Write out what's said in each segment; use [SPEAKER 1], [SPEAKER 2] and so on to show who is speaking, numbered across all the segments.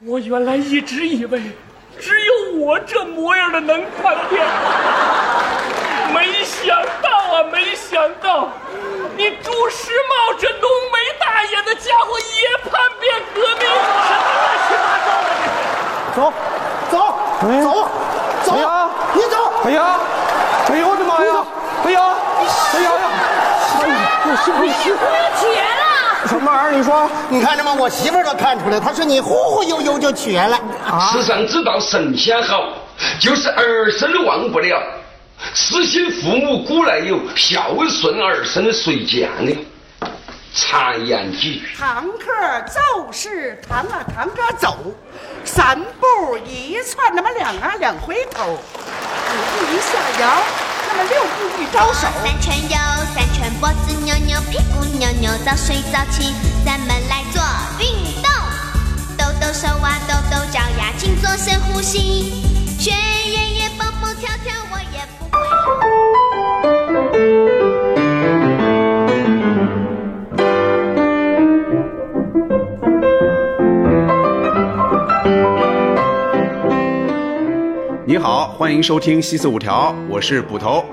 [SPEAKER 1] 我原来一直以为，只有我这模样的能看店，没想到啊，没想到，你朱时茂这浓眉大眼的家伙也叛变革命，什么乱七八糟的这是！
[SPEAKER 2] 走，走，
[SPEAKER 3] 哎
[SPEAKER 2] 走，走
[SPEAKER 3] 哎呀，
[SPEAKER 2] 你走，
[SPEAKER 3] 哎呀，哎呦我的妈呀！哎呀，哎呀呀！哎呀，我是不是
[SPEAKER 4] 绝了！
[SPEAKER 3] 什么玩意儿？你说
[SPEAKER 2] 你看着吗？我媳妇儿都看出来，她说你忽忽悠悠就瘸了啊！
[SPEAKER 5] 世上之道，神仙好，就是儿孙忘不了。慈心父母古来有，孝顺儿孙谁见了？常言几句，
[SPEAKER 6] 堂客就是堂啊堂哥走，三步一窜，那么两啊两回头，五步一下摇，那么六步一招手。
[SPEAKER 7] 三圈右，三圈脖子扭扭，屁股扭扭，早睡早起，咱们来做运动。抖抖手啊，抖抖脚呀，请做深呼吸。学爷爷蹦蹦跳跳，我也不会。
[SPEAKER 8] 你好，欢迎收听《西四五条》，我是捕头。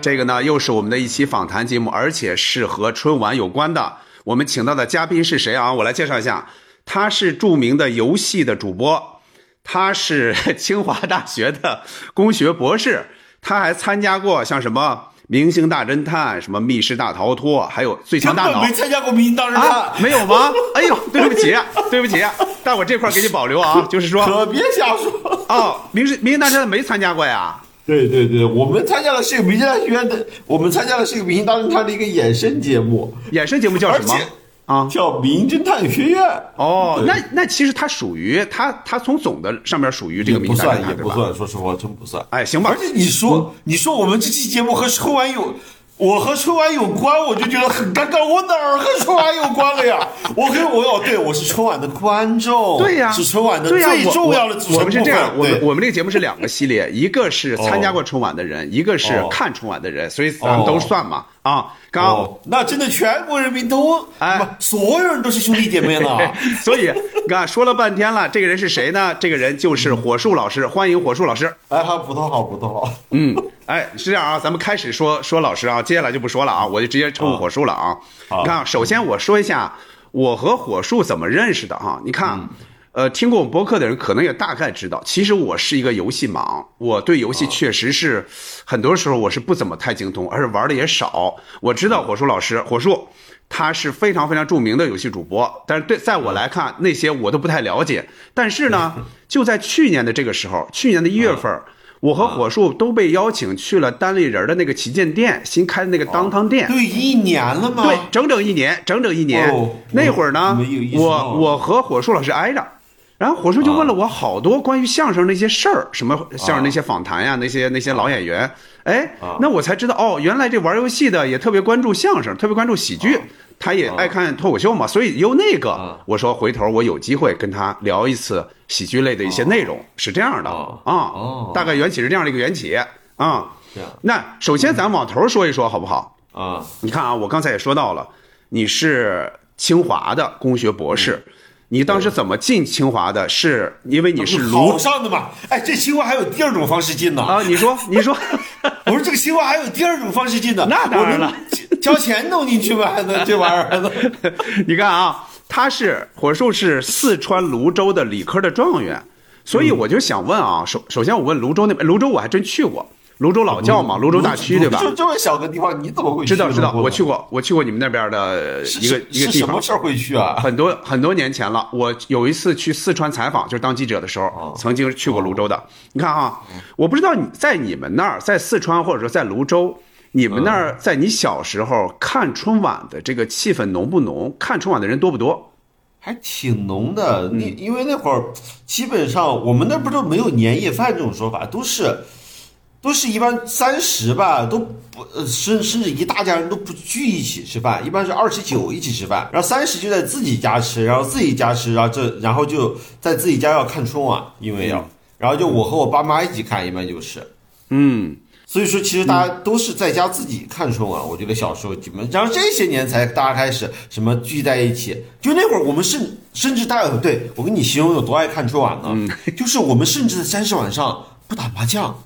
[SPEAKER 8] 这个呢，又是我们的一期访谈节目，而且是和春晚有关的。我们请到的嘉宾是谁啊？我来介绍一下，他是著名的游戏的主播，他是 清华大学的工学博士，他还参加过像什么《明星大侦探》、什么《密室大逃脱》，还有《最强
[SPEAKER 9] 根
[SPEAKER 8] 大
[SPEAKER 9] 本
[SPEAKER 8] 脑》
[SPEAKER 9] 没参加过民进党人
[SPEAKER 8] 啊
[SPEAKER 9] 大，，
[SPEAKER 8] 没有吗？哎呦，对不起，对不起，啊但我这块儿给你保留 啊，就是说，
[SPEAKER 9] 可别瞎说。
[SPEAKER 8] 哦，明星明星大侦探没参加过呀。
[SPEAKER 9] 对对对，我们参加了是个民进大学院的，我们参加了是个民进大侦探的一个衍生节目，
[SPEAKER 8] 衍生节目叫
[SPEAKER 9] 而
[SPEAKER 8] 什么
[SPEAKER 9] 且？
[SPEAKER 8] 啊，
[SPEAKER 9] 叫《民侦探学院》。
[SPEAKER 8] 哦，
[SPEAKER 9] 对
[SPEAKER 8] 那那其实它属于它，它从总的上面属于这
[SPEAKER 9] 也
[SPEAKER 8] 个民
[SPEAKER 9] 不
[SPEAKER 8] 间大侦
[SPEAKER 9] 算，也
[SPEAKER 8] 探，对
[SPEAKER 9] 不
[SPEAKER 8] 吧？
[SPEAKER 9] 算，说实话，真不算。
[SPEAKER 8] 哎行吧
[SPEAKER 9] 而且你说，你说我们这期节目和春晚有，我和春晚有关，我就觉得很尴尬。我哪儿和春晚有关 了呀？我跟我有，对我是春晚的观众，
[SPEAKER 8] 对呀，
[SPEAKER 9] 是春晚的
[SPEAKER 8] 对呀
[SPEAKER 9] 最
[SPEAKER 8] 我
[SPEAKER 9] 重要的
[SPEAKER 8] 我
[SPEAKER 9] 组成
[SPEAKER 8] 我们是
[SPEAKER 9] 部
[SPEAKER 8] 这
[SPEAKER 9] 分
[SPEAKER 8] 样，我们
[SPEAKER 9] 对
[SPEAKER 8] 我们这个节目是两个系列，一个是参加过春晚的人，一个是
[SPEAKER 9] 哦
[SPEAKER 8] 看春晚的人，所以咱们都算嘛。啊，刚刚
[SPEAKER 9] 哦，那真的全国人民都，
[SPEAKER 8] 哎
[SPEAKER 9] 不所有人都是兄弟姐 妹哎呢。
[SPEAKER 8] 所以你看说了半天了，这个人是谁呢？这个人就是火树老师，欢迎火树老师。
[SPEAKER 9] 哎，好，葡萄好，葡萄好。
[SPEAKER 8] 嗯，哎，是这样啊，咱们开始说说老师啊，接下来就不说了啊，我就直接称呼火树了啊。你看啊，首先我说一下我和火树怎么认识的哈、你看啊，呃，听过我们播客的人可能也大概知道，其实我是一个游戏盲，我对游戏确实是很多时候我是不怎么太精通，而且玩的也少。我知道火树老师，火树。他是非常非常著名的游戏主播，但是对在我来看，那些我都不太了解。但是 呢，就在去年的这个时候，去年的一月份儿，我和火树都被邀请去了单立人的那个旗舰店，新开的那个当当店。
[SPEAKER 9] 对，一年了吗？
[SPEAKER 8] 对，整整一年，整整一年。
[SPEAKER 9] 哦
[SPEAKER 8] 那会儿呢
[SPEAKER 9] 没有意，识到啊
[SPEAKER 8] 我我和火树老师挨着，然后火树就问了我好多关于相声那些事儿，什么相声那些访谈呀，那些那些老演员。哎，
[SPEAKER 9] 啊
[SPEAKER 8] 那我才知道哦，原来这玩游戏的也特别关注相声，特别关注喜
[SPEAKER 9] 啊
[SPEAKER 8] 剧，他也爱看脱口秀嘛，所以由那个我说回头我有机会跟他聊一次喜剧类的一些内容，是这样的
[SPEAKER 9] 哦
[SPEAKER 8] 啊
[SPEAKER 9] 啊哦，
[SPEAKER 8] 大概缘起是这样的一个缘起啊
[SPEAKER 9] 这样。
[SPEAKER 8] 那首先咱往头说一说好不好？
[SPEAKER 9] 啊，
[SPEAKER 8] 你看啊，我刚才也说到了，你是清华的工学博士，你当时怎么进清华的？是因为你是
[SPEAKER 9] 考
[SPEAKER 8] 庐
[SPEAKER 9] 上的嘛？哎，这清华还有第二种方式进呢。
[SPEAKER 8] 啊？你说， 你说，
[SPEAKER 9] 我说这个清华还有第二种方式进的，
[SPEAKER 8] 那当然了
[SPEAKER 9] 我能交钱弄进 去吗？还能这玩意儿还能？
[SPEAKER 8] 你看啊，他是火树是四川泸州的理科的状元，所以我就想问啊，首首先我问泸州那边，泸州我还真去过，�州州老窖嘛，嗯泸州大区对吧？
[SPEAKER 9] 就这么小个地方，你怎么会去
[SPEAKER 8] 知
[SPEAKER 9] 呢？
[SPEAKER 8] 道知道，
[SPEAKER 9] 我
[SPEAKER 8] 我去过，我去过你们那边的
[SPEAKER 9] 是
[SPEAKER 8] 一个
[SPEAKER 9] 是
[SPEAKER 8] 一个
[SPEAKER 9] 是
[SPEAKER 8] 地
[SPEAKER 9] 什
[SPEAKER 8] 方
[SPEAKER 9] 么。事儿会去啊？
[SPEAKER 8] 很多很多年前了，我有一次去四川采访，就是当记者的时
[SPEAKER 9] 哦
[SPEAKER 8] 候，曾经去过泸州的。你看啊，
[SPEAKER 9] 嗯
[SPEAKER 8] 我不知道你在你们那儿，在四川或者说在泸州，你们那
[SPEAKER 9] 嗯
[SPEAKER 8] 儿在你小时候看春晚的这个气氛浓不浓？看春晚的人多不多？
[SPEAKER 9] 还挺浓的。那因为那会儿基本上我们那儿不是没有年夜饭这种说法，都是都是一般三十吧，都不呃甚甚至一大家人都不聚一起吃饭，一般是二十九一起吃饭，然后三十就在自己家吃，然后自己家吃，然后这然后就在自己家要看春晚，因为要，然后就我和我爸妈一起看，一般就是。
[SPEAKER 8] 嗯，
[SPEAKER 9] 所以说，其实大家都是在家自己看春晚。我觉得小时候基本，然后这些年才大家开始什么聚在一起。就那会儿，我们甚甚至大家对我跟你形容有多爱看春晚呢？就是我们甚至在三十晚上不打麻将，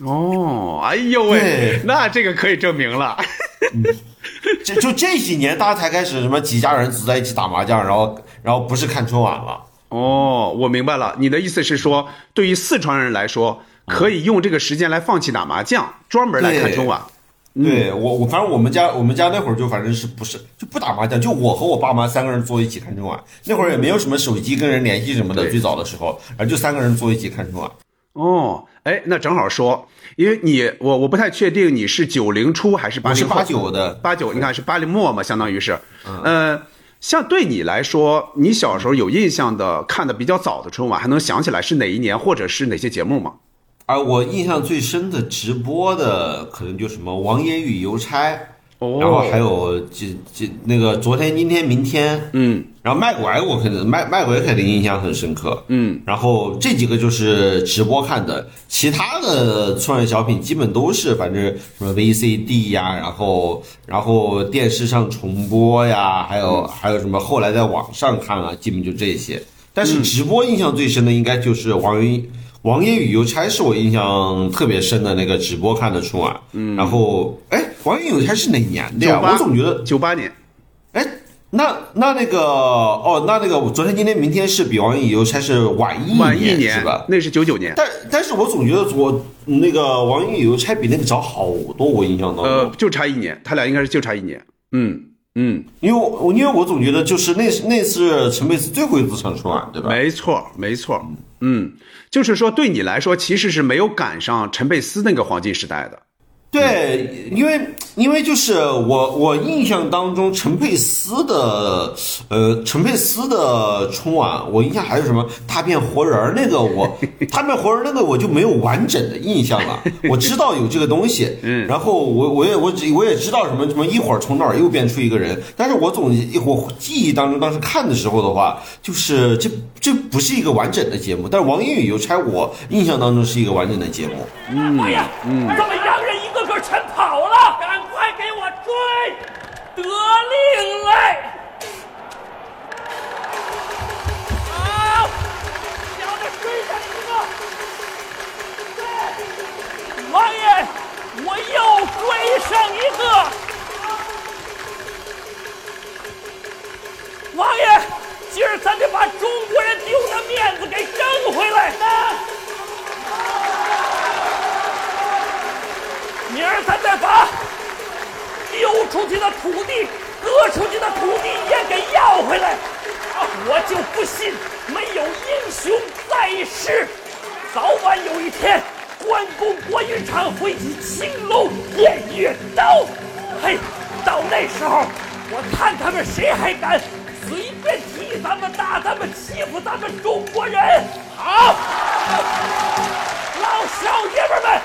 [SPEAKER 8] 哦，哎呦喂
[SPEAKER 9] 对，
[SPEAKER 8] 那这个可以证明 了。
[SPEAKER 9] 这就这几年大家才开始什么几家人组在一起打麻将，然后然后不是看春晚了。
[SPEAKER 8] 哦，我明白了，你的意思是说，对于四川人来说，
[SPEAKER 9] 嗯
[SPEAKER 8] 可以用这个时间来放弃打麻将，专门来看春晚。
[SPEAKER 9] 对我我反正我们家我们家那会儿就反正是不是就不打麻将，就我和我爸妈三个人坐一起看春晚。那会儿也没有什么手机跟人联系什么的，
[SPEAKER 8] 对
[SPEAKER 9] 最早的时候，然后就三个人坐一起看春晚。
[SPEAKER 8] 哦，哎，那正好说，因为你我我不太确定你是九零初还是八
[SPEAKER 9] 我是
[SPEAKER 8] 零后，
[SPEAKER 9] 八九的，嗯
[SPEAKER 8] 八九，你看是八零末嘛，相当于是，呃，像对你来说，你小时候有印象的、看的比较早的春晚，还能想起来是哪一年或者是哪些节目吗？
[SPEAKER 9] 而我印象最深的直播的，可能就什么王爷与邮差，
[SPEAKER 8] 哦
[SPEAKER 9] 然后还有这这那个昨天、今天、明天，
[SPEAKER 8] 嗯，
[SPEAKER 9] 然后卖拐我肯定卖卖拐肯定印象很深刻，
[SPEAKER 8] 嗯，
[SPEAKER 9] 然后这几个就是直播看的，其他的春晚小品基本都是反正什么 VCD 呀、然后然后电视上重播呀，还
[SPEAKER 8] 嗯
[SPEAKER 9] 有、还有什么后来在网上看啊，基本就这些。但
[SPEAKER 8] 嗯
[SPEAKER 9] 是直播印象最深的应该就是王云。王爷与邮差是我印象特别深的那个直播看的春晚，嗯，然后哎，王爷与邮差是哪年的呀？
[SPEAKER 8] 98
[SPEAKER 9] 啊我总觉得
[SPEAKER 8] 九八年，
[SPEAKER 9] 哎，那那那个哦，那那个我昨天、今天、明天是比王与邮差是晚一
[SPEAKER 8] 晚一
[SPEAKER 9] 年是吧？
[SPEAKER 8] 那是九九年，
[SPEAKER 9] 但但是我总觉得我那个王与邮差比那个早好多，我印象当中，
[SPEAKER 8] 呃，就差一年，他俩应该是就差一年。嗯嗯，
[SPEAKER 9] 因为我因为我总觉得就是那那是陈佩斯最后一次上春晚，对吧？
[SPEAKER 8] 没错没错，嗯，就是说对你来说其实是没有赶上陈佩斯那个黄金时代的。
[SPEAKER 9] 对，因为因为就是我我印象当中陈佩斯的呃陈佩斯的春晚，我印象还有什么大变活人儿那个 我大变活人儿那个我就没有完整的印象了，我知道有这个东西， 嗯，然后我我也我只我也知道什么什么一会儿从哪儿又变出一个人，但是我总我记忆当中当时看的时候的话，就是这这不是一个完整的节目，但是王英宇邮差我印象当中是一个完整的节目。
[SPEAKER 1] 哎呀，怎么洋人一个个全跑了？赶快给我追！得令来！好，小的追上一个。对，王爷，我又追上一个。王爷，今儿咱得把中国人丢的面子给争回来。明儿咱再把丢出去的土地、割出去的土地也给要回来。我就不信没有英雄在世，早晚有一天，关公国云长会起青龙偃月刀。嘿，到那时候，我看他们谁还敢随便踢咱们、打咱们、欺负咱们中国人！好。老少爷们儿们，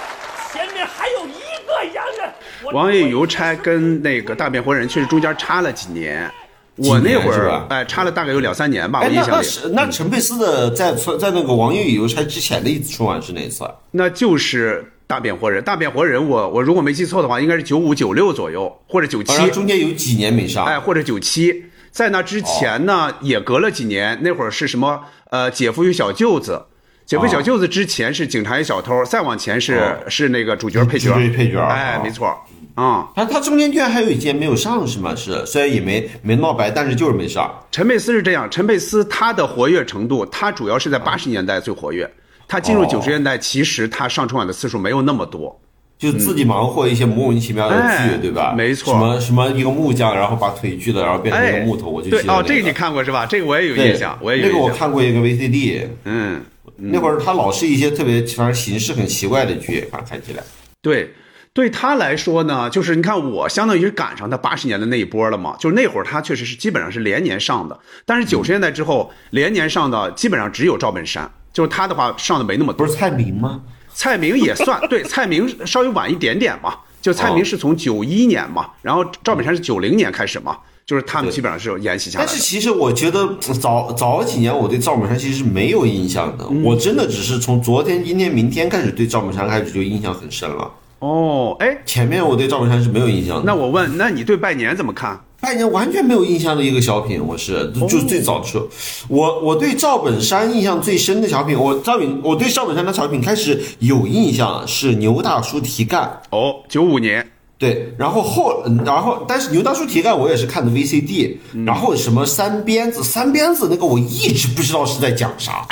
[SPEAKER 1] 前面还有一个洋人。我
[SPEAKER 8] 王爷与邮差跟那个大变活人确实中间差了几年，我那会
[SPEAKER 9] 几年是
[SPEAKER 8] 儿
[SPEAKER 9] 吧
[SPEAKER 8] 哎差了大概有两三年吧，我
[SPEAKER 9] 哎，
[SPEAKER 8] 印
[SPEAKER 9] 那
[SPEAKER 8] 象
[SPEAKER 9] 那
[SPEAKER 8] 里，
[SPEAKER 9] 是那陈佩斯的在村在那个王爷与邮差之前的一次春晚是哪一次啊？
[SPEAKER 8] 那就是大变活人。大变活人我，我如果没记错的话，应该是九五九六左右或者九七
[SPEAKER 9] 好，像中间有几年没上。
[SPEAKER 8] 哎，或者九七。在那之前
[SPEAKER 9] 哦
[SPEAKER 8] 呢，也隔了几年，那会儿是什么？呃，姐夫与小舅子。姐夫与小舅子之前是警察与小偷，再往前是
[SPEAKER 9] 哦
[SPEAKER 8] 是那个主角配角，
[SPEAKER 9] 对配角
[SPEAKER 8] 哎
[SPEAKER 9] 哦，
[SPEAKER 8] 没错，啊，
[SPEAKER 9] 他他中间居然还有一届没有上是吗？是，虽然也没没闹白，但是就是没上。
[SPEAKER 8] 陈佩斯是这样，陈佩斯他的活跃程度，他主要是在八十年代最活跃。他进入
[SPEAKER 9] 哦
[SPEAKER 8] 九十年代，其实他上春晚的次数没有那么多。
[SPEAKER 9] 就自己忙活一些莫名其妙的剧，
[SPEAKER 8] 嗯哎
[SPEAKER 9] 对吧？
[SPEAKER 8] 没错
[SPEAKER 9] 什么什么一个木匠，然后把腿锯了，然后变成一
[SPEAKER 8] 哎，
[SPEAKER 9] 个木头，我就记
[SPEAKER 8] 对
[SPEAKER 9] 得、那
[SPEAKER 8] 哦，这个你看过是吧？这个我也有
[SPEAKER 9] 对
[SPEAKER 8] 印象，我也有
[SPEAKER 9] 那
[SPEAKER 8] 印
[SPEAKER 9] 个
[SPEAKER 8] 象。
[SPEAKER 9] 我看过一个 VCD，、
[SPEAKER 8] 嗯，
[SPEAKER 9] 那会儿他老是一些特别反正形式很奇怪的剧，反正看起来。
[SPEAKER 8] 对，对他来说呢，就是你看我相当于是赶上他八十年的那一波了嘛，就是那会儿他确实是基本上是连年上的，但是九十年代之后、连年上的基本上只有赵本山，就是他的话上的没那么多
[SPEAKER 9] 不。是蔡明吗？
[SPEAKER 8] 蔡明也算 对，蔡明稍微晚一点点嘛，就蔡明
[SPEAKER 9] 哦
[SPEAKER 8] 是从九一年嘛，然后赵本山是九零年开始嘛，就是他们基本上是沿袭下来
[SPEAKER 9] 但
[SPEAKER 8] 的
[SPEAKER 9] 是。其实我觉得嗯早早几年我对赵本山其实是
[SPEAKER 8] 嗯
[SPEAKER 9] 没有印象的，我真的只是从昨天、今天、明天开始对赵本山开始就印象很深了。
[SPEAKER 8] 哦，哎，
[SPEAKER 9] 前面我对赵本山是没有印象的。
[SPEAKER 8] 那我问，那你对拜年怎么看？
[SPEAKER 9] 拜年完全没有印象的一个小品，我是
[SPEAKER 8] 哦
[SPEAKER 9] 就就最早吃。我我对赵本山印象最深的小品，我赵本我对赵本山的小品开始有印象是牛大叔提干，
[SPEAKER 8] 哦，九五年，
[SPEAKER 9] 对，然后后然后但是牛大叔提干我也是看的 VCD，
[SPEAKER 8] 嗯
[SPEAKER 9] 然后什么三鞭子三鞭子那个我一直不知道是在讲 啥，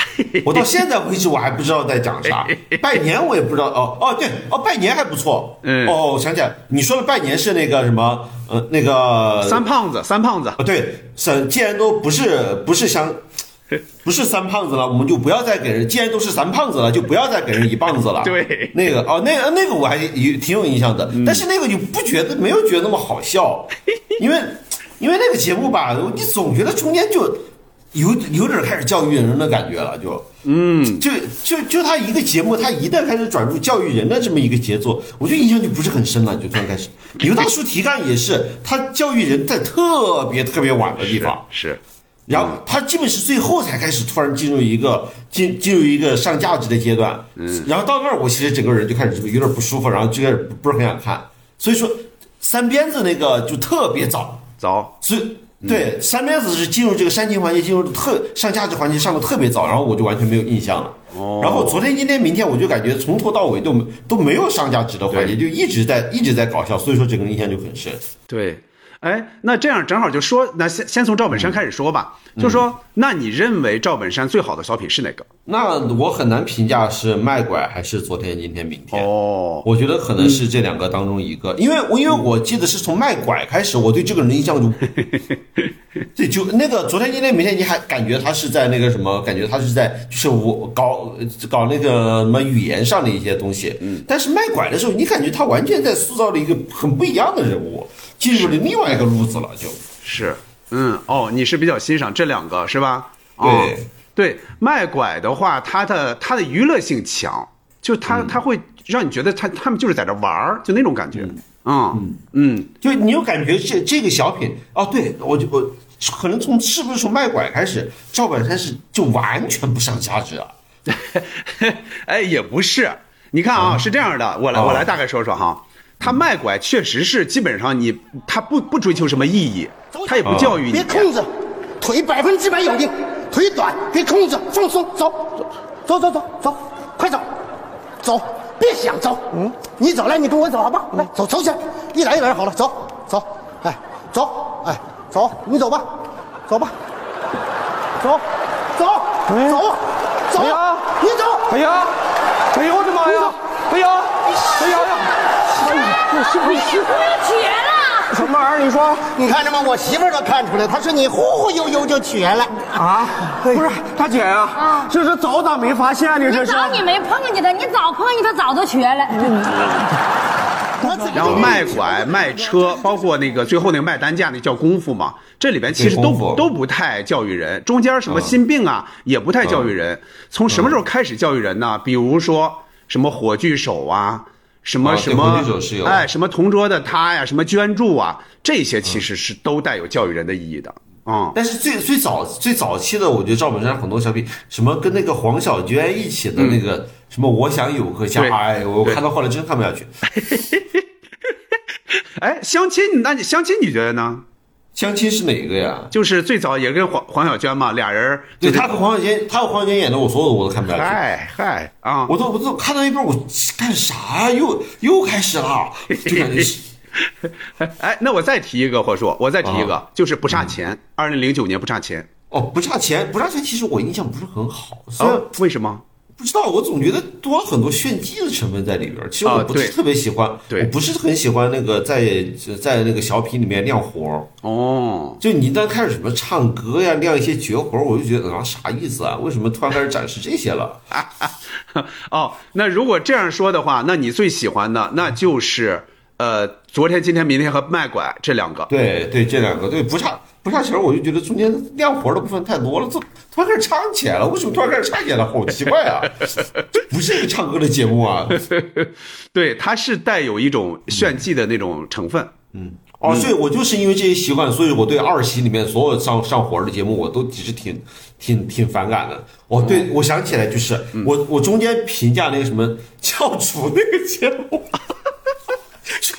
[SPEAKER 9] 我到现在为止我还不知道在讲啥。拜年我也不知道哦哦对哦拜年还不错，
[SPEAKER 8] 嗯
[SPEAKER 9] 哦我想起来你说的拜年是那个什么呃那个
[SPEAKER 8] 三胖子，三胖子，
[SPEAKER 9] 啊，对，三既然都不是不 是相，不是三胖子了，我们就不要再给人；既然都是三胖子了，就不要再给人一棒子了。
[SPEAKER 8] 对嗯
[SPEAKER 9] 那个哦，那个那个我还有挺有印象的，但是那个就不觉得没有觉得那么 好笑，因为因为那个节目吧，你总觉得中间就有有点开始教育人的感觉了，就嗯，就就就他一个节目，他一旦开始转入教育人的这么一个节奏，我就印象就不是很深了，就突然开始。刘大叔提干也是，他教育人在特别特别晚的地方。
[SPEAKER 8] 是，
[SPEAKER 9] 然后他基本是最后才开始突然进入一个进进入一个上价值的阶段，嗯，然后到那儿我其实整个人就开始有点不舒服，然后就开始不不是很想看，所以说三鞭子那个就特别早，
[SPEAKER 8] 早，
[SPEAKER 9] 所以对三鞭子是进入这个煽情环节，进入特上价值环节上的特别早，然后我就完全没有印象了。
[SPEAKER 8] 哦
[SPEAKER 9] 然后昨天、今天、明天，我就感觉从头到尾都没都没有上价值的环节，就一直在一直在搞笑，所以说整个印象就很深。
[SPEAKER 8] 对，哎，那这样正好就说，那先先从赵本山开始说吧，
[SPEAKER 9] 嗯
[SPEAKER 8] 就说，那你认为赵本山最好的小品是哪个？
[SPEAKER 9] 那我很难评价是卖拐还是昨天、今天、明天。
[SPEAKER 8] 哦，
[SPEAKER 9] 我觉得可能是这两个当中一个，因为我因为我记得是从卖拐开始，我对这个人的印象就，对，就那个昨天、今天、明天，你还感觉他是在那个什么？感觉他是在就是我搞搞那个什么语言上的一些东西。嗯，但是卖拐的时候，你感觉他完全在塑造了一个很不一样的人物，进入了另外一个路子了，就。
[SPEAKER 8] 是，嗯，哦，你是比较欣赏这两个是吧？
[SPEAKER 9] 对
[SPEAKER 8] 哦对，卖拐的话，它的它的娱乐性强，就它它会让你觉得他他们就是在这玩儿，就那种感觉。嗯嗯，
[SPEAKER 9] 就你有感觉这这个小品哦，对我就我可能从是不是从卖拐开始，赵本山是就完全不上价值啊。
[SPEAKER 8] 哎，也不是，你看啊，是这样的，我来我来
[SPEAKER 9] 哦
[SPEAKER 8] 大概说说哈。他卖拐确实是，基本上你他不不追求什么意义，他也不教育你
[SPEAKER 2] 别，控制，腿百分之百有力，腿短别控制，放松，走，走走走走，快走，走，别想走，嗯，你走来，你跟我走好吧，来走走起来，一来一来好了，走走，哎，走，哎，走，你走吧，走吧，走，走，
[SPEAKER 3] 哎
[SPEAKER 2] 走，走
[SPEAKER 3] 哎呀，
[SPEAKER 2] 你走，
[SPEAKER 3] 哎呀，哎呦我的妈呀！哎呀，哎呀呀！哎呀，我是不是
[SPEAKER 4] 绝了！
[SPEAKER 3] 什么玩意儿？你说
[SPEAKER 2] 你看着吗？我媳妇儿都看出来，她说你忽忽悠悠就瘸了。
[SPEAKER 3] 啊？不是大姐呀、啊，这是早咋没发现呢？这是。
[SPEAKER 4] 早你没碰见他，你早碰见他早都瘸了。
[SPEAKER 8] 然后卖拐、卖车，包括那个最后那个卖担架，那叫功夫嘛。这里边其实都
[SPEAKER 9] 对功
[SPEAKER 8] 不
[SPEAKER 9] 夫
[SPEAKER 8] 都不太教育人，中间什么心病啊，也不太教育
[SPEAKER 9] 嗯
[SPEAKER 8] 人。从什么时候开始教育人呢？比如说什么火炬手啊，什么
[SPEAKER 9] 啊
[SPEAKER 8] 什
[SPEAKER 9] 对火
[SPEAKER 8] 么
[SPEAKER 9] 炬手是有，嗯
[SPEAKER 8] 哎，什么同桌的他呀，什么捐助啊，这些其实是都带有教育人的意义的。啊，
[SPEAKER 9] 但是最最早最早期的，我觉得赵本山很多小品，什么跟那个黄小娟一起的那个、什么，我想有个家
[SPEAKER 8] 嗯对，
[SPEAKER 9] 哎，我
[SPEAKER 8] 对
[SPEAKER 9] 看到后来真看不下去。
[SPEAKER 8] 哎，相亲，那你相亲你觉得呢？
[SPEAKER 9] 相亲是哪个呀？
[SPEAKER 8] 就是最早也跟黄黄小娟嘛，俩人就
[SPEAKER 9] 对
[SPEAKER 8] 是
[SPEAKER 9] 他和黄小娟，他和黄小娟演的，我所有的我都看不下去。
[SPEAKER 8] 嗨嗨啊，
[SPEAKER 9] 我都我都看到一半，我干啥？又又开始了，就感觉 是
[SPEAKER 8] 哎，那我再提一个，或者说，我再提一个，
[SPEAKER 9] 啊
[SPEAKER 8] 就是不差钱。二零零九年不差钱，
[SPEAKER 9] 哦，不差钱，不差钱。其实我印象不是很好，虽然
[SPEAKER 8] 啊？为什么？
[SPEAKER 9] 不知道，我总觉得多了很多炫技的成分在里边儿。其实
[SPEAKER 8] 啊
[SPEAKER 9] 我不
[SPEAKER 8] 对
[SPEAKER 9] 是特别喜欢，
[SPEAKER 8] 对
[SPEAKER 9] 我不是很喜欢那个在在那个小品里面亮活儿。
[SPEAKER 8] 哦，
[SPEAKER 9] 就你一旦开始什么唱歌呀，亮一些绝活儿，我就觉得啊啥意思啊？为什么突然开始展示这 些了？
[SPEAKER 8] 哦，那如果这样说的话，那你最喜欢的那就是呃，昨天、今天、明天和卖拐这两个。
[SPEAKER 9] 对对，这两个对不差不差钱儿，我就觉得中间亮活儿的部分太多了，突突然开始唱起来了，为什么突然开始唱起来了？好奇怪啊！ 这不是一个唱歌的节目啊！
[SPEAKER 8] 对，它是带有一种炫技的那种成分。
[SPEAKER 9] 哦，
[SPEAKER 8] 嗯
[SPEAKER 9] 所以我就是因为这些习惯，所以我对二期里面所有上上火的节目，我都其实挺挺挺反感的。哦，
[SPEAKER 8] 嗯
[SPEAKER 9] 对，我想起来，就是我我中间评价那个什么教主那个节目，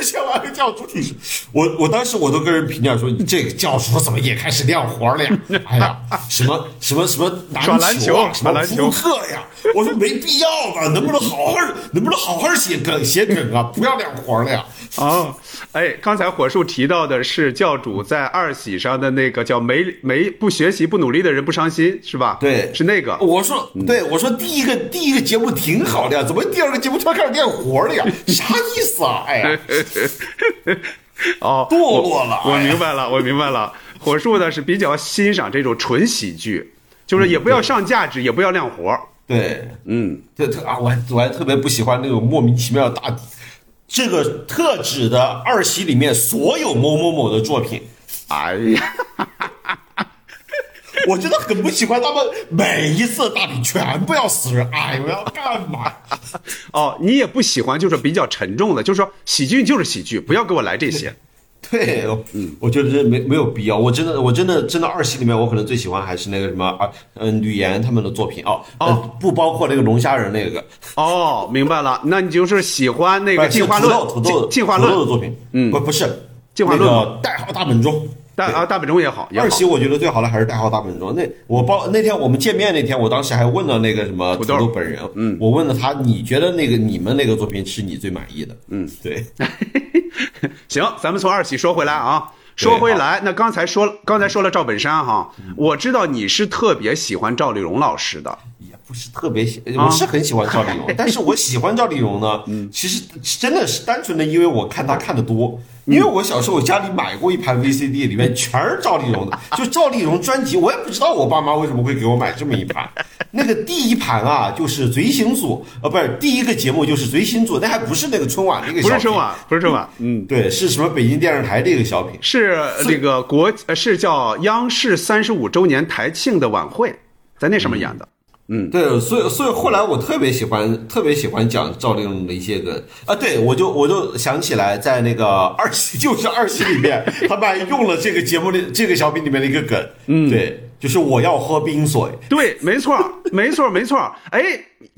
[SPEAKER 9] 先完了教主体式，我我当时我都跟人评价说，你这个教主怎么也开始亮活了呀？哎呀，什么什么什么篮球、
[SPEAKER 8] 耍
[SPEAKER 9] 啊、
[SPEAKER 8] 篮球
[SPEAKER 9] 什么
[SPEAKER 8] 耍篮球
[SPEAKER 9] 扑克呀？我说没必要吧，能不能好好能不能好好写梗写梗啊？不要亮活了呀！
[SPEAKER 8] 哦，哎，刚才火树提到的是教主在二喜上的那个叫没没不学习不努力的人不伤心是吧？
[SPEAKER 9] 对
[SPEAKER 8] 是那个。嗯
[SPEAKER 9] 我说，对我说，第一个第一个节目挺好的呀，怎么第二个节目突然开始练活了呀？啥意思啊？哎呀，
[SPEAKER 8] 哦，
[SPEAKER 9] 堕
[SPEAKER 8] 我
[SPEAKER 9] 落了
[SPEAKER 8] 我
[SPEAKER 9] 哎
[SPEAKER 8] 明白了，我明白了。火树呢是比较欣赏这种纯喜剧，就是也
[SPEAKER 9] 嗯
[SPEAKER 8] 不要上价值，也不要亮活儿。
[SPEAKER 9] 对，
[SPEAKER 8] 嗯，
[SPEAKER 9] 特特啊，我还我还特别不喜欢那种莫名其妙的大，这个特指的二喜里面所有某某某的作品，
[SPEAKER 8] 哎呀，
[SPEAKER 9] 我真的很不喜欢他们每一次大饼全部要死人，哎，我要干嘛？
[SPEAKER 8] 哦，你也不喜欢，就是比较沉重的，就是说喜剧就是喜剧，不要给我来这 些。
[SPEAKER 9] 对，嗯，我觉得这没没有必要。我真的，我真的，真的二喜里面，我可能最喜欢还是那个什么啊，嗯，吕岩他们的作品哦，
[SPEAKER 8] 哦
[SPEAKER 9] 呃，不包括那个龙虾人那个，
[SPEAKER 8] 哦，明白了，那你就是喜欢那
[SPEAKER 9] 不
[SPEAKER 8] 个
[SPEAKER 9] 是
[SPEAKER 8] 进化
[SPEAKER 9] 哎土豆
[SPEAKER 8] 论，
[SPEAKER 9] 土豆
[SPEAKER 8] 进进化
[SPEAKER 9] 土豆的
[SPEAKER 8] 论，
[SPEAKER 9] 作品，
[SPEAKER 8] 嗯
[SPEAKER 9] 不不是
[SPEAKER 8] 进化论
[SPEAKER 9] 那
[SPEAKER 8] 吗
[SPEAKER 9] 个代号大本钟，
[SPEAKER 8] 但啊，大本钟也好，也好
[SPEAKER 9] 二喜我觉得最好的还是代号大本钟。那我包那天我们见面那天，我当时还问了那个什么
[SPEAKER 8] 土
[SPEAKER 9] 土
[SPEAKER 8] 豆
[SPEAKER 9] 豆本人，
[SPEAKER 8] 嗯
[SPEAKER 9] 我问了他，你觉得那个你们那个作品是你最满意的？嗯，对，哎
[SPEAKER 8] 行，咱们从二喜说回来啊，说回来，那刚才说了，刚才说了赵本山哈，
[SPEAKER 9] 嗯
[SPEAKER 8] 我知道你是特别喜欢赵丽蓉老师的，
[SPEAKER 9] 也不是特别喜，
[SPEAKER 8] 啊
[SPEAKER 9] 我是很喜欢赵丽蓉，但是我喜欢赵丽蓉呢，
[SPEAKER 8] 嗯
[SPEAKER 9] 其实真的是单纯的因为我看她看的多。
[SPEAKER 8] 嗯
[SPEAKER 9] 因为我小时候，我家里买过一盘 VCD，里面全是赵丽蓉的，就赵丽蓉专辑。我也不知道我爸妈为什么会给我买这么一盘。那个第一盘啊，就是《随心组》，呃，不是第一个节目就是《随心组》，那还不是那个春晚那个小
[SPEAKER 8] 不是
[SPEAKER 9] 品
[SPEAKER 8] 春晚，不是春晚，嗯，
[SPEAKER 9] 对，是什么北京电视台的一个小品。
[SPEAKER 8] 是那个国呃是叫央视三十五周年台庆的晚会，在那上面演的，
[SPEAKER 9] 嗯对，所以所以后来我特别喜欢，特别喜欢讲赵丽蓉的一些个啊，对我就我就想起来，在那个二喜就是二喜里面，他们还用了这个节目里这个小品里面的一个梗，嗯，对，就是我要喝冰水，
[SPEAKER 8] 对，没错 儿，没错儿，没错儿。哎，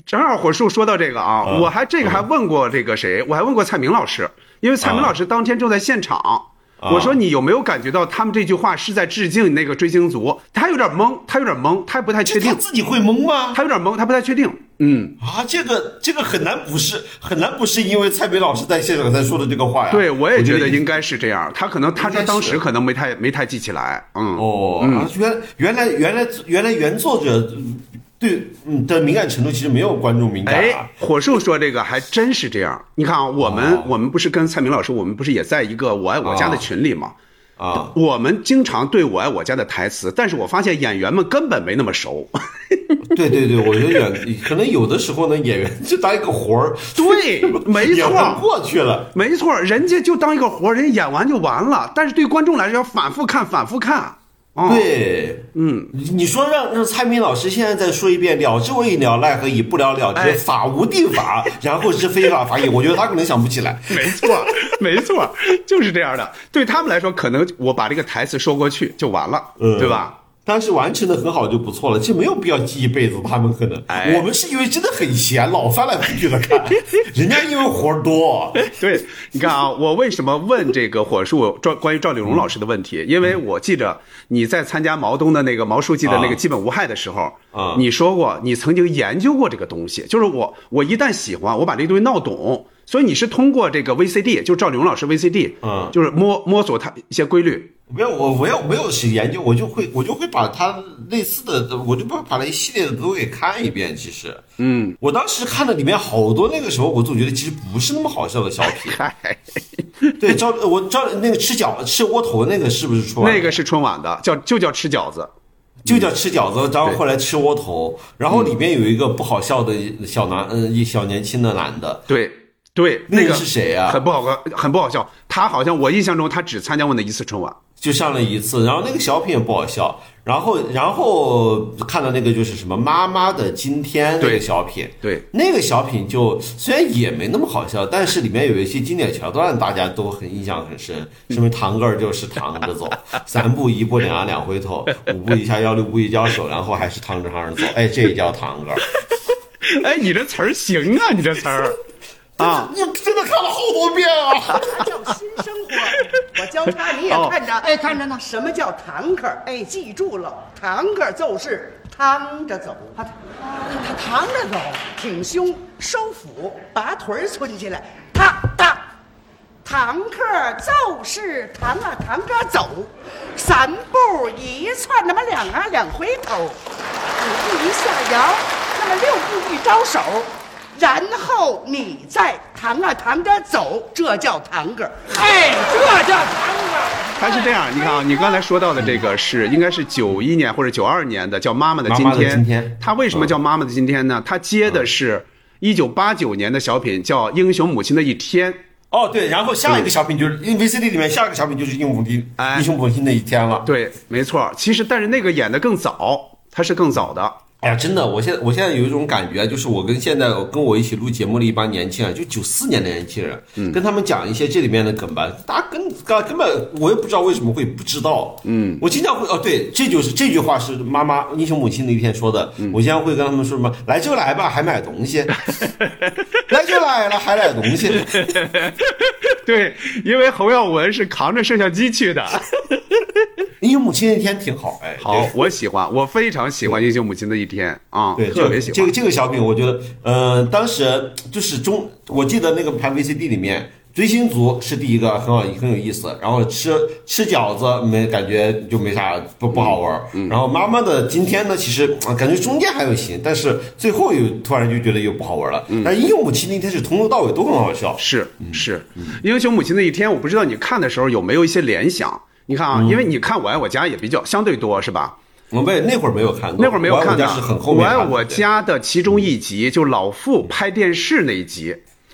[SPEAKER 8] 正好火树说到这个啊，
[SPEAKER 9] 嗯
[SPEAKER 8] 我还这个还问过这个谁，我还问过蔡明老师，因为蔡明老师当天正在现
[SPEAKER 9] 啊
[SPEAKER 8] 场。我说你有没有感觉到他们这句话是在致敬那个追星族？他有点懵，他有点懵，他不太确
[SPEAKER 9] 这他
[SPEAKER 8] 定，
[SPEAKER 9] 自己会懵吗？
[SPEAKER 8] 他有点懵，他不太确定。嗯，
[SPEAKER 9] 啊，这个这个很难不是很难不是因为蔡明老师在现场才说的这个话呀，
[SPEAKER 8] 对，我也觉得
[SPEAKER 9] 应。
[SPEAKER 8] 应该是这样。他可能他他
[SPEAKER 9] 应该是
[SPEAKER 8] 当时可能没太没太记起来。嗯，
[SPEAKER 9] 哦，啊，原原来原来原来原作者嗯对嗯的敏感程度其实没有观众敏感
[SPEAKER 8] 哎
[SPEAKER 9] 啊。，
[SPEAKER 8] 火树说这个还真是这样。你看啊，我们、
[SPEAKER 9] 哦
[SPEAKER 8] 我们不是跟蔡明老师，我们不是也在一个我爱我家的
[SPEAKER 9] 哦
[SPEAKER 8] 群里吗？
[SPEAKER 9] 啊，
[SPEAKER 8] 我们经常对我爱我家的台词，但是我发现演员们根本没那么熟。
[SPEAKER 9] 对对对，我觉得演可能有的时候呢，演员就当一个活儿，
[SPEAKER 8] 对， 没
[SPEAKER 9] 演完
[SPEAKER 8] 错，
[SPEAKER 9] 过去了。
[SPEAKER 8] 没错，人家就当一个活儿，人家演完就完了。但是对观众来说，要反复看，反复看。哦、，
[SPEAKER 9] 对，嗯，你说让让蔡明老师现在再说一遍“了之为了，奈何以不了了之
[SPEAKER 8] 哎，
[SPEAKER 9] 法无定法，然后是非法法也”，我觉得他可能想不起来。
[SPEAKER 8] 没错， 没错，就是这样的。对他们来说，可能我把这个台词说过去就完了，
[SPEAKER 9] 嗯
[SPEAKER 8] 对吧？
[SPEAKER 9] 当时完成的很好就不错了，这没有必要记一辈子。他们可能，
[SPEAKER 8] 哎
[SPEAKER 9] 我们是因为真的很闲，老翻来覆去的 看，人家因为活儿多。
[SPEAKER 8] 对，你看啊，我为什么问这个火树赵关于赵丽
[SPEAKER 9] 嗯
[SPEAKER 8] 蓉老师的问题？因为我记着你在参加毛东的那个毛书记的那个
[SPEAKER 9] 啊
[SPEAKER 8] 基本无害的时候，
[SPEAKER 9] 啊
[SPEAKER 8] 你说过你曾经研究过这个东西，就是我我一旦喜欢，我把这个东西闹懂，所以你是通过这个 VCD，就是赵丽蓉老师 VCD，
[SPEAKER 9] 嗯
[SPEAKER 8] 就是摸摸索它一些规律。
[SPEAKER 9] 没有，我我要没有去研究，我就会我就会把它类似的，我就会把它一系列的都给看一遍。其实，嗯，我当时看了里面好多，那个时候我总觉得其实不是那么好笑的小品。
[SPEAKER 8] 嗨，
[SPEAKER 9] 对，赵我赵那个吃饺吃窝头那个是不是出来？
[SPEAKER 8] 那个是春晚的，叫就叫吃饺子。
[SPEAKER 9] 就叫吃饺子，然后后来吃窝头，然后里面有一个不好笑的小男，嗯，一小年轻的男的，
[SPEAKER 8] 对对，
[SPEAKER 9] 那
[SPEAKER 8] 那
[SPEAKER 9] 个是谁啊
[SPEAKER 8] 很不好看，很不好笑。他好像我印象中他只参加过那一次春晚。
[SPEAKER 9] 就上了一次，然后那个小品也不好笑，然后然后看到那个就是什么妈妈的今天那
[SPEAKER 8] 对
[SPEAKER 9] 个小品，
[SPEAKER 8] 对
[SPEAKER 9] 那个小品就虽然也没那么好笑，但是里面有一些经典桥段，大家都很印象很深，
[SPEAKER 8] 嗯
[SPEAKER 9] 什么堂哥儿就是躺着 走，三步一步两啊两回头，五步一下腰六步一交手，然后还是躺着 躺着走，哎，这也叫堂哥儿。
[SPEAKER 8] 哎，你这词儿行啊，你这词儿。啊
[SPEAKER 9] 我真的看了好多遍啊！
[SPEAKER 6] 它叫新生活。我交叉你也看着，哎，看着呢。什么叫堂客？哎，记住了，堂客就是趟着走，他他趟着走，挺胸收腹，把腿儿抻起来，他他。堂客就是堂啊堂着走，三步一窜，那么两啊两回头，五步一下摇，那么六步一招手，然后你再堂啊堂着走，这叫堂哥。
[SPEAKER 1] 哎，这叫堂哥。
[SPEAKER 8] 它是这样，你看啊，你刚才说到的这个是应该是九一年或者九二年的，叫《妈妈的今
[SPEAKER 9] 妈妈的
[SPEAKER 8] 天》。
[SPEAKER 9] 今天嗯
[SPEAKER 8] 它为什么叫《妈妈的今天》呢？它接的是一九八九年的小品，叫《英雄母亲的一天》。
[SPEAKER 9] 哦，对，然后下一个小品就是因为 VCD 里面下一个小品就是英雄母亲
[SPEAKER 8] 哎
[SPEAKER 9] 英雄母亲那一天了。
[SPEAKER 8] 对，没错。其实，但是那个演的更早，它是更早的。
[SPEAKER 9] 哎呀，真的，我现在我现在有一种感觉，啊就是我跟现在跟我一起录节目的一帮年轻人，就九四年的年轻人，跟他们讲一些这里面的梗吧，大家根根根本我也不知道为什么会不知道。嗯，我经常会哦，对，这就是这句话是妈妈英雄母亲那天说的，我经常会跟他们说什么来就来吧，还买东西， 来就来了还买东西，
[SPEAKER 8] 对，因为侯耀文是扛着摄像机去 的。
[SPEAKER 9] 英雄母亲那天挺好，哎，
[SPEAKER 8] 好，我喜欢，我非常喜欢《英雄母亲的一天》啊，
[SPEAKER 9] 对，
[SPEAKER 8] 特别喜
[SPEAKER 9] 这个
[SPEAKER 8] 欢。
[SPEAKER 9] 这个小品，我觉得，呃，当时就是中，我记得那个盘 VCD 里面，追星族是第一个很好很有意思，然后吃吃饺子没感觉就没啥不不好玩儿，
[SPEAKER 8] 嗯
[SPEAKER 9] 然后妈妈的今天呢，其实呃感觉中间还有行，但是最后又突然就觉得又不好玩了。但是英雄母亲那天是从头到尾都很好笑，
[SPEAKER 8] 嗯是
[SPEAKER 9] 嗯
[SPEAKER 8] 是，《英雄母亲的一天》，我不知道你看的时候有没有一些联想。你看
[SPEAKER 9] 嗯
[SPEAKER 8] 啊，因为你看《我爱我家》也比较相对多，是吧？
[SPEAKER 9] 我们那会儿没有看过，
[SPEAKER 8] 那会儿没有
[SPEAKER 9] 哦我爱我
[SPEAKER 8] 看
[SPEAKER 9] 家
[SPEAKER 8] 呢
[SPEAKER 9] 是很后
[SPEAKER 8] 我
[SPEAKER 9] 面
[SPEAKER 8] 爱
[SPEAKER 9] 看的
[SPEAKER 8] 我家》的其中一集，就老傅拍电视那一集，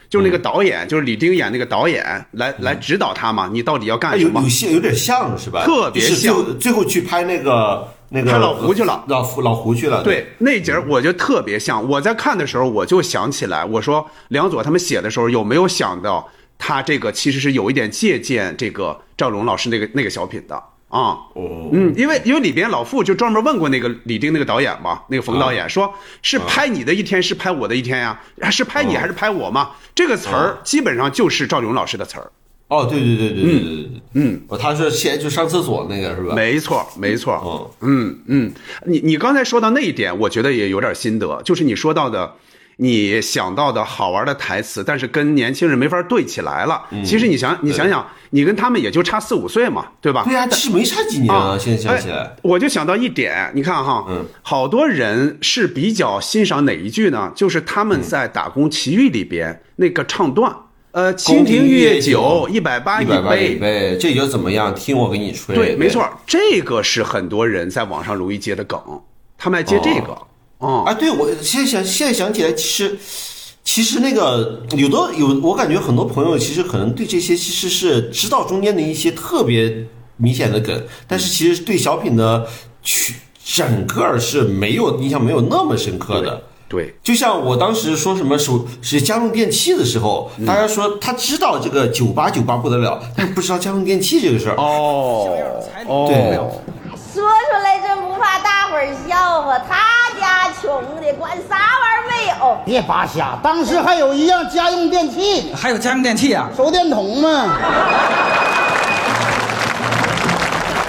[SPEAKER 8] 就
[SPEAKER 9] 嗯
[SPEAKER 8] 那个导演，就是李丁演那个导演来来指导他嘛，你到底要
[SPEAKER 9] 哎
[SPEAKER 8] 干什
[SPEAKER 9] 有
[SPEAKER 8] 么
[SPEAKER 9] 有？些有点像是吧？
[SPEAKER 8] 特别
[SPEAKER 9] 就是最后
[SPEAKER 8] 像
[SPEAKER 9] 最后去拍那个那个
[SPEAKER 8] 拍老胡去了
[SPEAKER 9] 老胡老胡去了，
[SPEAKER 8] 对，那节儿
[SPEAKER 9] 嗯
[SPEAKER 8] 我就特别像，我在看的时候我就想起来，我说梁左他们写的时候有没有想到他这个其实是有一点借鉴这个赵龙老师那个那个小品的啊。
[SPEAKER 9] 哦
[SPEAKER 8] 嗯，因为因为里边老傅就专门问过那个李丁那个导演嘛，那个冯导
[SPEAKER 9] 啊
[SPEAKER 8] 演说是拍你的一天是拍我的一天呀，是拍
[SPEAKER 9] 哦
[SPEAKER 8] 你还是拍我嘛？这个词
[SPEAKER 9] 啊
[SPEAKER 8] 儿基本上就是赵龙老师的词儿。
[SPEAKER 9] 哦，对对对对对对对，
[SPEAKER 8] 嗯，
[SPEAKER 9] 哦，他是先就上厕所那个是吧？，
[SPEAKER 8] 没错，没
[SPEAKER 9] 啊哦
[SPEAKER 8] 错。嗯嗯，你你刚才说到那一点，我觉得也有点心得，就是你说到的，你想到的好玩的台词，但是跟年轻人没法对起来了。
[SPEAKER 9] 嗯
[SPEAKER 8] 其实你想，你想想，你跟他们也就差四五岁嘛，对吧？
[SPEAKER 9] 对呀、其实没差几年啊，现在想起
[SPEAKER 8] 哎
[SPEAKER 9] 来，
[SPEAKER 8] 我就想到一点，你看哈，
[SPEAKER 9] 嗯
[SPEAKER 8] 好多人是比较欣赏哪一句呢？就是他们在《打工奇遇》里边那个唱段，呃，
[SPEAKER 9] 嗯宫
[SPEAKER 8] 蜻
[SPEAKER 9] 廷
[SPEAKER 8] 蜓
[SPEAKER 9] 玉
[SPEAKER 8] 月
[SPEAKER 9] 液酒
[SPEAKER 8] 一百八
[SPEAKER 9] 一
[SPEAKER 8] 一
[SPEAKER 9] 百八一
[SPEAKER 8] 杯。
[SPEAKER 9] 杯，这又怎么样？听我给你吹，啊
[SPEAKER 8] 对，没错，这个是很多人在网上容易接的梗，他们爱接这个。哦
[SPEAKER 9] 啊，对我现在想现在想起来，其实其实那个有的有，我感觉很多朋友其实可能对这些其实是知道中间的一些特别明显的梗，但是其实对小品的曲整个儿是没有印象没有那么深刻的。
[SPEAKER 8] 对，
[SPEAKER 9] 就像我当时说什么手是家用电器的时候，
[SPEAKER 8] 嗯
[SPEAKER 9] 大家说他知道这个九八九八不得 了，但是不知道家用电器这个事儿。
[SPEAKER 8] 哦
[SPEAKER 9] 对
[SPEAKER 8] 哦，
[SPEAKER 10] 说出来真不怕大伙儿笑话，他家穷的管啥玩意儿没有。
[SPEAKER 2] 别扒瞎，当时还有一样家用电器，
[SPEAKER 3] 还有家用电器啊？
[SPEAKER 2] 手电筒嘛。
[SPEAKER 8] 嗯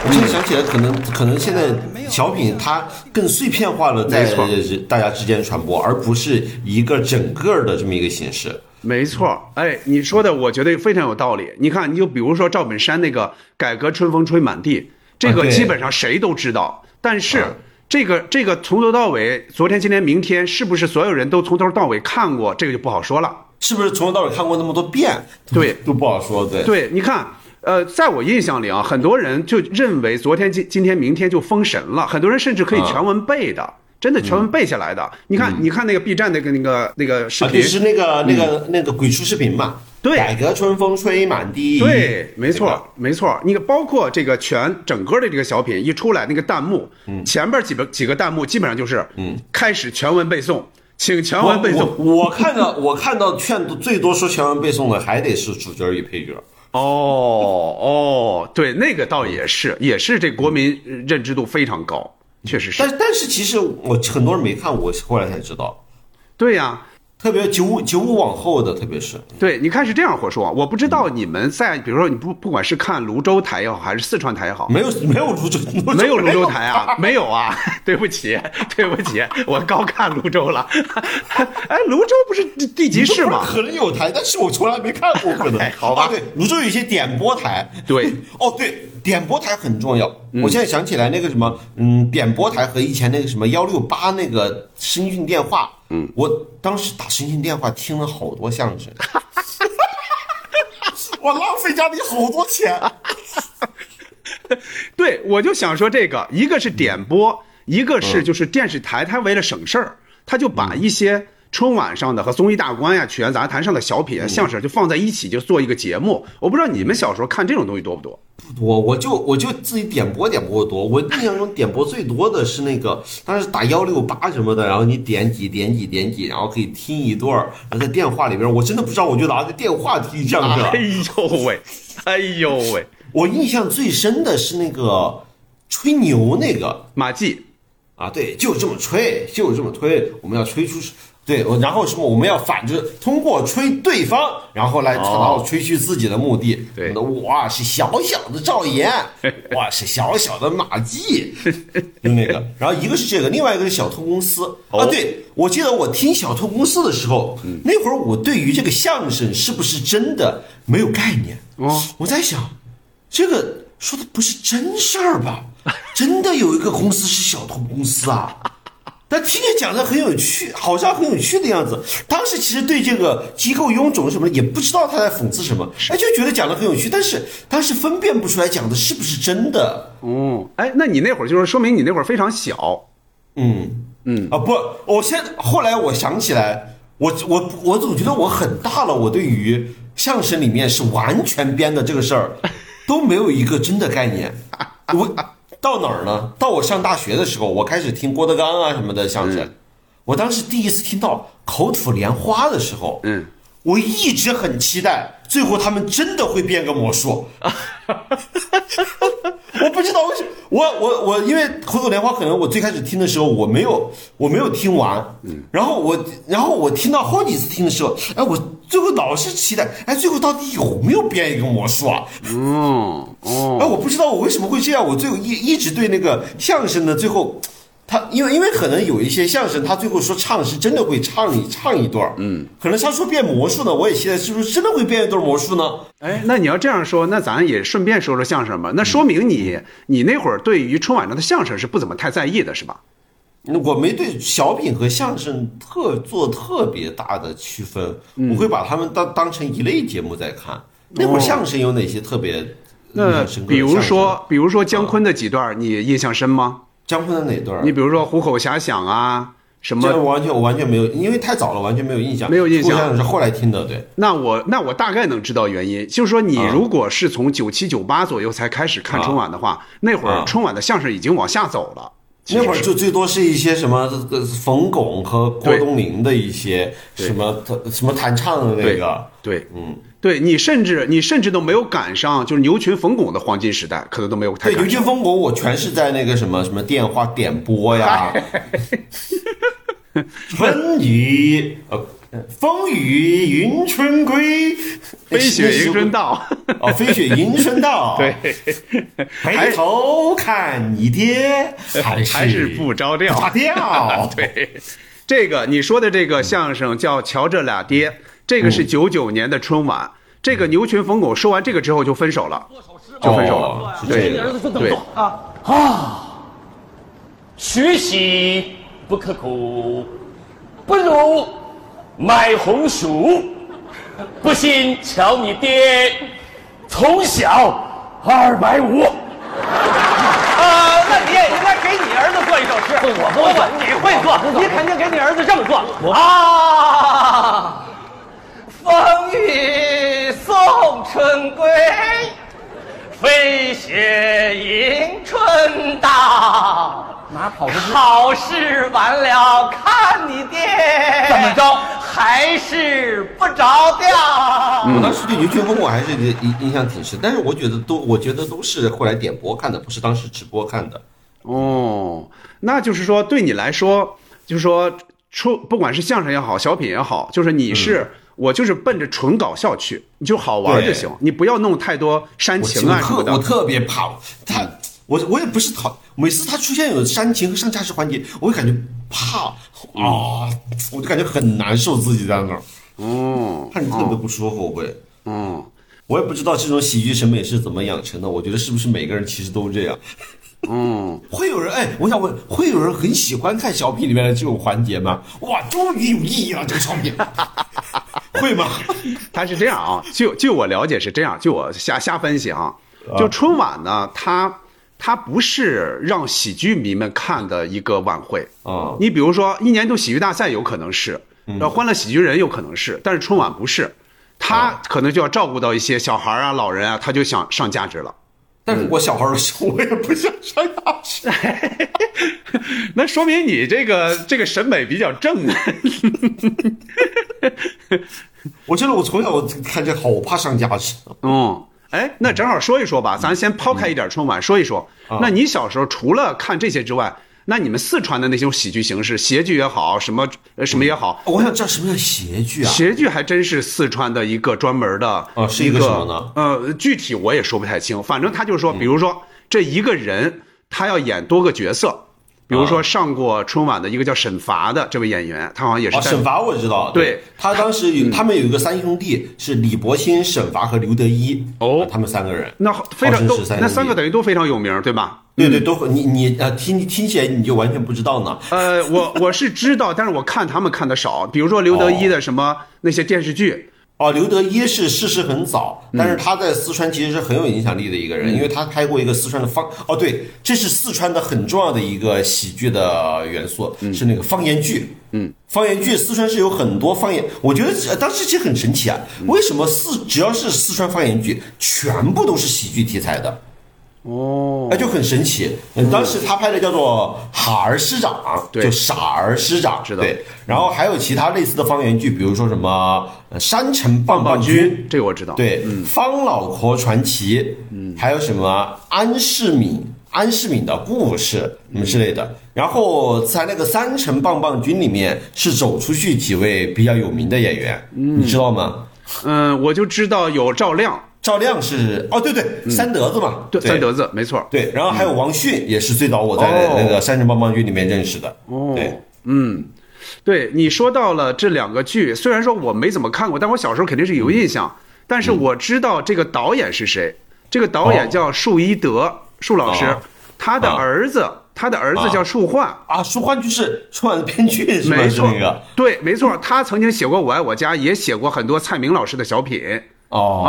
[SPEAKER 9] 我现在想起来，可能可能现在小品它更碎片化了，在
[SPEAKER 8] 哎没错
[SPEAKER 9] 大家之间传播，而不是一个整个的这么一个形式。
[SPEAKER 8] 没错。哎，你说的我觉得非常有道理。你看，你就比如说赵本山那个“改革春风吹满地”，这
[SPEAKER 9] 啊
[SPEAKER 8] 个
[SPEAKER 9] 对
[SPEAKER 8] 基本上谁都知道，但是。
[SPEAKER 9] 嗯
[SPEAKER 8] 这个这个从头到尾，昨天、今天、明天，是不是所有人都从头到尾看过？这个就不好说了。
[SPEAKER 9] 是不是从头到尾看过那么多遍？
[SPEAKER 8] 对
[SPEAKER 9] 都不好说。对，
[SPEAKER 8] 对，你看，呃，在我印象里啊，很多人就认为昨天、今今天、明天就封神了，很多人甚至可以
[SPEAKER 9] 啊
[SPEAKER 8] 全文背的，真的全文背下来的。你看，你看那个 B 站那个那个那个视
[SPEAKER 9] 嗯啊，
[SPEAKER 8] 频，
[SPEAKER 9] 就是那个那个那个鬼畜视频嘛。
[SPEAKER 8] 嗯对
[SPEAKER 9] 改革春风吹满地。
[SPEAKER 8] 对，没
[SPEAKER 9] 对吧
[SPEAKER 8] 错，没错。你包括这个全整个的这个小品一出来，那个弹幕，
[SPEAKER 9] 嗯
[SPEAKER 8] 前边几个几个弹幕基本上就是，开始全文背诵，请全文背
[SPEAKER 9] 我
[SPEAKER 8] 诵。
[SPEAKER 9] 我我看到我看到劝最多说全文背诵的还得是主角与配角。
[SPEAKER 8] 哦哦，对，那个倒也是，也是这国民认知度非常高，确实是
[SPEAKER 9] 但。但是其实我很多人没看，我后来才知道。
[SPEAKER 8] 对呀、
[SPEAKER 9] 特别九五九五往后的，特别是
[SPEAKER 8] 对，你看是这样，火叔啊，我不知道你们在，比如说你不不管是看泸州台也好，还是四川台也好，
[SPEAKER 9] 没有没有泸州，
[SPEAKER 8] 没有泸州台啊，没有啊， 对不起，对不起，我高看泸州了。 哎，泸州不是地地级市吗？
[SPEAKER 9] 可能有台，但是我从来没看过，可能。
[SPEAKER 8] 哎 好吧
[SPEAKER 9] 啊对，泸州有一些点播台。
[SPEAKER 8] 对， 嗯
[SPEAKER 9] 哦，对，点播台很重要。我现在想起来那个什么，嗯，点播台和以前那个什么幺六八那个声讯电话，嗯，我当时打声讯电话听了好多相 声，我浪费家里好多钱。
[SPEAKER 8] 对，我就想说这个，一个是点播，一个是就是电视台，它为了省事儿，它就把一些春晚上的和综艺大观呀、曲苑杂谈上的小品、相声就放在一起，就做一个节目。我不知道你们小时候看这种东西多不多？
[SPEAKER 9] 我我就我就自己点播点播多，我印象中点播最多的是那个，当时打幺六八什么的，然后你点几点几点几，然后可以听一段儿，然后在电话里边，我真的不知道，我就拿着电话听相
[SPEAKER 8] 哎
[SPEAKER 9] 声。
[SPEAKER 8] 呦喂，哎呦喂，
[SPEAKER 9] 我印象最深的是那个吹牛那个
[SPEAKER 8] 马季，
[SPEAKER 9] 啊，对，就这么吹，就这么推，我们要吹出，对，我然后什么我们要反着通过吹对方，然后来达到吹嘘自己的目的。
[SPEAKER 8] 对
[SPEAKER 9] 我是小小的赵岩，我是小小的马季，就那个。然后一个是这个，另外一个是小偷公司啊。对，我记得我听小偷公司的时候，那会儿我对于这个相声是不是真的没有概念。
[SPEAKER 8] 哦
[SPEAKER 9] 我在想，这个说的不是真事儿吧？真的有一个公司是小偷公司啊？但听着讲的很有趣，好像很有趣的样子。当时其实对这个机构臃肿什么的也不知道他在讽刺什么，哎，就觉得讲的很有趣，但是当时分辨不出来讲的是不是真的。
[SPEAKER 8] 哦，哎，那你那会儿就是说明你那会儿非常小，
[SPEAKER 9] 嗯嗯啊不，我现在后来我想起来，我我我总觉得我很大了，我对于相声里面是完全编的这个事儿，都没有一个真的概念。我到哪儿呢？到我上大学的时候，我开始听郭德纲啊什么的相声。我当时第一次听到口吐莲花的时候，
[SPEAKER 8] 嗯，
[SPEAKER 9] 我一直很期待，最后他们真的会变个魔术。 我不知道为什么，我我我，因为《口吐莲花》可能我最开始听的时候我没有我没有听完，嗯，然后我然后我听到好几次听的时候，哎，我最后老是期待，哎，最后到底有没有变一个魔术啊？
[SPEAKER 8] 哦
[SPEAKER 9] 哎，
[SPEAKER 8] 哦，
[SPEAKER 9] 我不知道我为什么会这样，我最后一一直对那个相声的最后，他因为因为可能有一些相声，他最后说唱是真的会唱一唱一段嗯，可能他说变魔术呢，我也期待是不是真的会变一段魔术呢？
[SPEAKER 8] 哎，那你要这样说，那咱也顺便说说相声吧。那说明你你那会儿对于春晚上的相声是不怎么太在意的，是吧？
[SPEAKER 9] 我没对小品和相声特做特别大的区分，
[SPEAKER 8] 嗯
[SPEAKER 9] 我会把他们当当成一类节目在看。那会儿相声有哪些特别印
[SPEAKER 8] 哦那
[SPEAKER 9] 象深刻的
[SPEAKER 8] 比如
[SPEAKER 9] 嗯相声
[SPEAKER 8] 说，比如说姜昆的几段儿，你印象深吗？
[SPEAKER 9] 姜昆的哪段儿？
[SPEAKER 8] 你比如说《虎口遐想》啊，什
[SPEAKER 9] 这
[SPEAKER 8] 么？
[SPEAKER 9] 完全我完全没有，因为太早了，完全没有印象。
[SPEAKER 8] 没有印象
[SPEAKER 9] 我想是后来听的，对。
[SPEAKER 8] 那我那我大概能知道原因，就是说你
[SPEAKER 9] 啊
[SPEAKER 8] 如果是从九七九八左右才开始看春晚的话，那会儿
[SPEAKER 9] 啊
[SPEAKER 8] 春晚的相声已经往下走了。
[SPEAKER 9] 那会儿
[SPEAKER 8] 其实
[SPEAKER 9] 就最多是一些什么呃冯巩和郭冬临的一些什么什么弹唱的那个，
[SPEAKER 8] 对，
[SPEAKER 9] 嗯，
[SPEAKER 8] 对你甚至你甚至都没有赶上，就是牛群冯巩的黄金时代，可能都没有太
[SPEAKER 9] 对，尤
[SPEAKER 8] 赶
[SPEAKER 9] 其
[SPEAKER 8] 上。
[SPEAKER 9] 冯巩，我全是在那个什么什么电话点播呀， 春雨呃风雨迎春归，
[SPEAKER 8] 飞雪迎春到，
[SPEAKER 9] 哦，飞雪迎春到，
[SPEAKER 8] 对，，
[SPEAKER 9] 回头看你爹，还是
[SPEAKER 8] 还是不着调，
[SPEAKER 9] 不着调
[SPEAKER 8] 对，这个你说的这个相声叫《瞧这俩
[SPEAKER 9] 嗯
[SPEAKER 8] 爹》，这个是九九年的春晚。这个牛群冯巩说完这个之后就分手了，就分手了。
[SPEAKER 9] 哦是
[SPEAKER 8] 对
[SPEAKER 9] 这个，
[SPEAKER 8] 对，
[SPEAKER 1] 学习不刻苦，不如买红薯。不信瞧你爹，从小二百五。
[SPEAKER 3] 啊，那你也应该给你儿子做一首诗。我不会做，你会做，你肯定给你儿子这么做。啊，风雨送春归，飞雪迎春到。拿考试，考试完了
[SPEAKER 6] 啊
[SPEAKER 3] 看你爹怎么着，还是不着调。
[SPEAKER 9] 我当时对牛群风我还是印印象挺深，但是我觉得都，我觉得都是后来点播看的，不是当时直播看的。
[SPEAKER 8] 哦，那就是说对你来说，就是说出不管是相声也好，小品也好，就是你是、我就是奔着纯搞笑去，你就好玩就行
[SPEAKER 9] 嗯对，
[SPEAKER 8] 你不要弄太多煽
[SPEAKER 9] 我
[SPEAKER 8] 情啊什么
[SPEAKER 9] 特
[SPEAKER 8] 的。
[SPEAKER 9] 我特别怕他，我我也不是讨，每次他出现有煽情和上价值环节，我会感觉怕啊、我就感觉很难受自己在那儿，
[SPEAKER 8] 嗯，
[SPEAKER 9] 看着特别不舒服会。哦
[SPEAKER 8] 嗯，
[SPEAKER 9] 我也不知道这种喜剧审美是怎么养成的，我觉得是不是每个人其实都这样？
[SPEAKER 8] 嗯，
[SPEAKER 9] 会有人哎，我想问，会有人很喜欢看小品里面的这种环节吗？哇，终于有意义了，这个小品， 会吗？
[SPEAKER 8] 他是这样啊，据据我了解是这样，据我瞎瞎分析啊，就春晚呢，它它不是让喜剧迷们看的一个晚会
[SPEAKER 9] 啊
[SPEAKER 8] 你比如说一年一度喜剧大赛有可能是，然后欢乐喜剧人有可能是，但是春晚不是，他可能就要照顾到一些小孩啊、老人啊，他就想上价值了。
[SPEAKER 9] 但是我小孩儿的时候，我也不想上大学。
[SPEAKER 8] 那说明你这个这个审美比较正。啊
[SPEAKER 9] 我觉得我从小我看这好怕上价值。
[SPEAKER 8] 嗯，哎，那正好说一说吧，
[SPEAKER 9] 嗯
[SPEAKER 8] 咱先抛开一点春晚，说一说。
[SPEAKER 9] 啊
[SPEAKER 8] 那你小时候除了看这些之外，那你们四川的那种喜剧形式，谐剧也好，什么呃什么也好，
[SPEAKER 9] 我想知道什么叫谐剧啊？
[SPEAKER 8] 谐剧还真是四川的一个专门的
[SPEAKER 9] 哦是一个什么呢？嗯
[SPEAKER 8] 呃，具体我也说不太清，反正他就是说，比如说这一个人他要演多个角色，比如
[SPEAKER 9] 啊
[SPEAKER 8] 说上过春晚的一个叫沈伐的这位演员，他好像也是
[SPEAKER 9] 啊，
[SPEAKER 8] 在
[SPEAKER 9] 沈伐我知道，
[SPEAKER 8] 对嗯
[SPEAKER 9] 他当时有他们有一个三兄弟，是李伯清、沈伐和刘德一，啊
[SPEAKER 8] 哦
[SPEAKER 9] 他们三个人。
[SPEAKER 8] 那非常
[SPEAKER 9] 哦真是
[SPEAKER 8] 都
[SPEAKER 9] 三兄弟
[SPEAKER 8] 那三个等于都非常有名，对吧？
[SPEAKER 9] 对对，都会你你呃听听起来你就完全不知道呢。
[SPEAKER 8] 呃，我我是知道，但是我看他们看的少，比如说刘德一的什么那些电视剧，
[SPEAKER 9] 哦，刘德一是逝世很早，但是他在四川其实是很有影响力的一个人，因为他拍过一个四川的方哦，对，这是四川的很重要的一个喜剧的元素，是那个方言剧。嗯，方言剧，四川是有很多方言，我觉得呃当时其实很神奇啊，为什么四只要是四川方言剧，全部都是喜剧题材的？哦，哎，就很神奇。呃当时他拍的叫做《哈儿师长》，
[SPEAKER 8] 对
[SPEAKER 9] 就傻儿师长，
[SPEAKER 8] 知道
[SPEAKER 9] 对，然后还有其他类似的方言剧，比如说什么呃《山城棒棒军》，
[SPEAKER 8] 这个我知道。，嗯
[SPEAKER 9] 对，方老婆传奇，嗯，还有什么安世敏、安世敏的故事
[SPEAKER 8] 嗯
[SPEAKER 9] 什么之类的。然后在那个三城棒棒军里面是走出去几位比较有名的演员，你知道吗？
[SPEAKER 8] 嗯，我就知道有赵亮，
[SPEAKER 9] 赵亮是哦，对对，三德子嘛，
[SPEAKER 8] 嗯对，三德子，没错。
[SPEAKER 9] 对，然后还有王迅，也是最早我在
[SPEAKER 8] 哦
[SPEAKER 9] 那个三城棒棒军里面认识的。
[SPEAKER 8] 哦
[SPEAKER 9] 对，
[SPEAKER 8] 嗯，对你说到了这两个剧，虽然说我没怎么看过，但我小时候肯定是有印象，
[SPEAKER 9] 嗯
[SPEAKER 8] 但是我知道这个导演是谁，这个导演
[SPEAKER 9] 哦
[SPEAKER 8] 叫树一德，树老师
[SPEAKER 9] 哦，
[SPEAKER 8] 他的
[SPEAKER 9] 啊
[SPEAKER 8] 儿子，他的儿子
[SPEAKER 9] 啊
[SPEAKER 8] 叫树焕。
[SPEAKER 9] 啊，说话就是春晚的编剧是吧？
[SPEAKER 8] 没
[SPEAKER 9] 是
[SPEAKER 8] 错
[SPEAKER 9] 那个，
[SPEAKER 8] 对，没错，他曾经写过《我爱我家》，也写过很多蔡明老师的小品。
[SPEAKER 9] 哦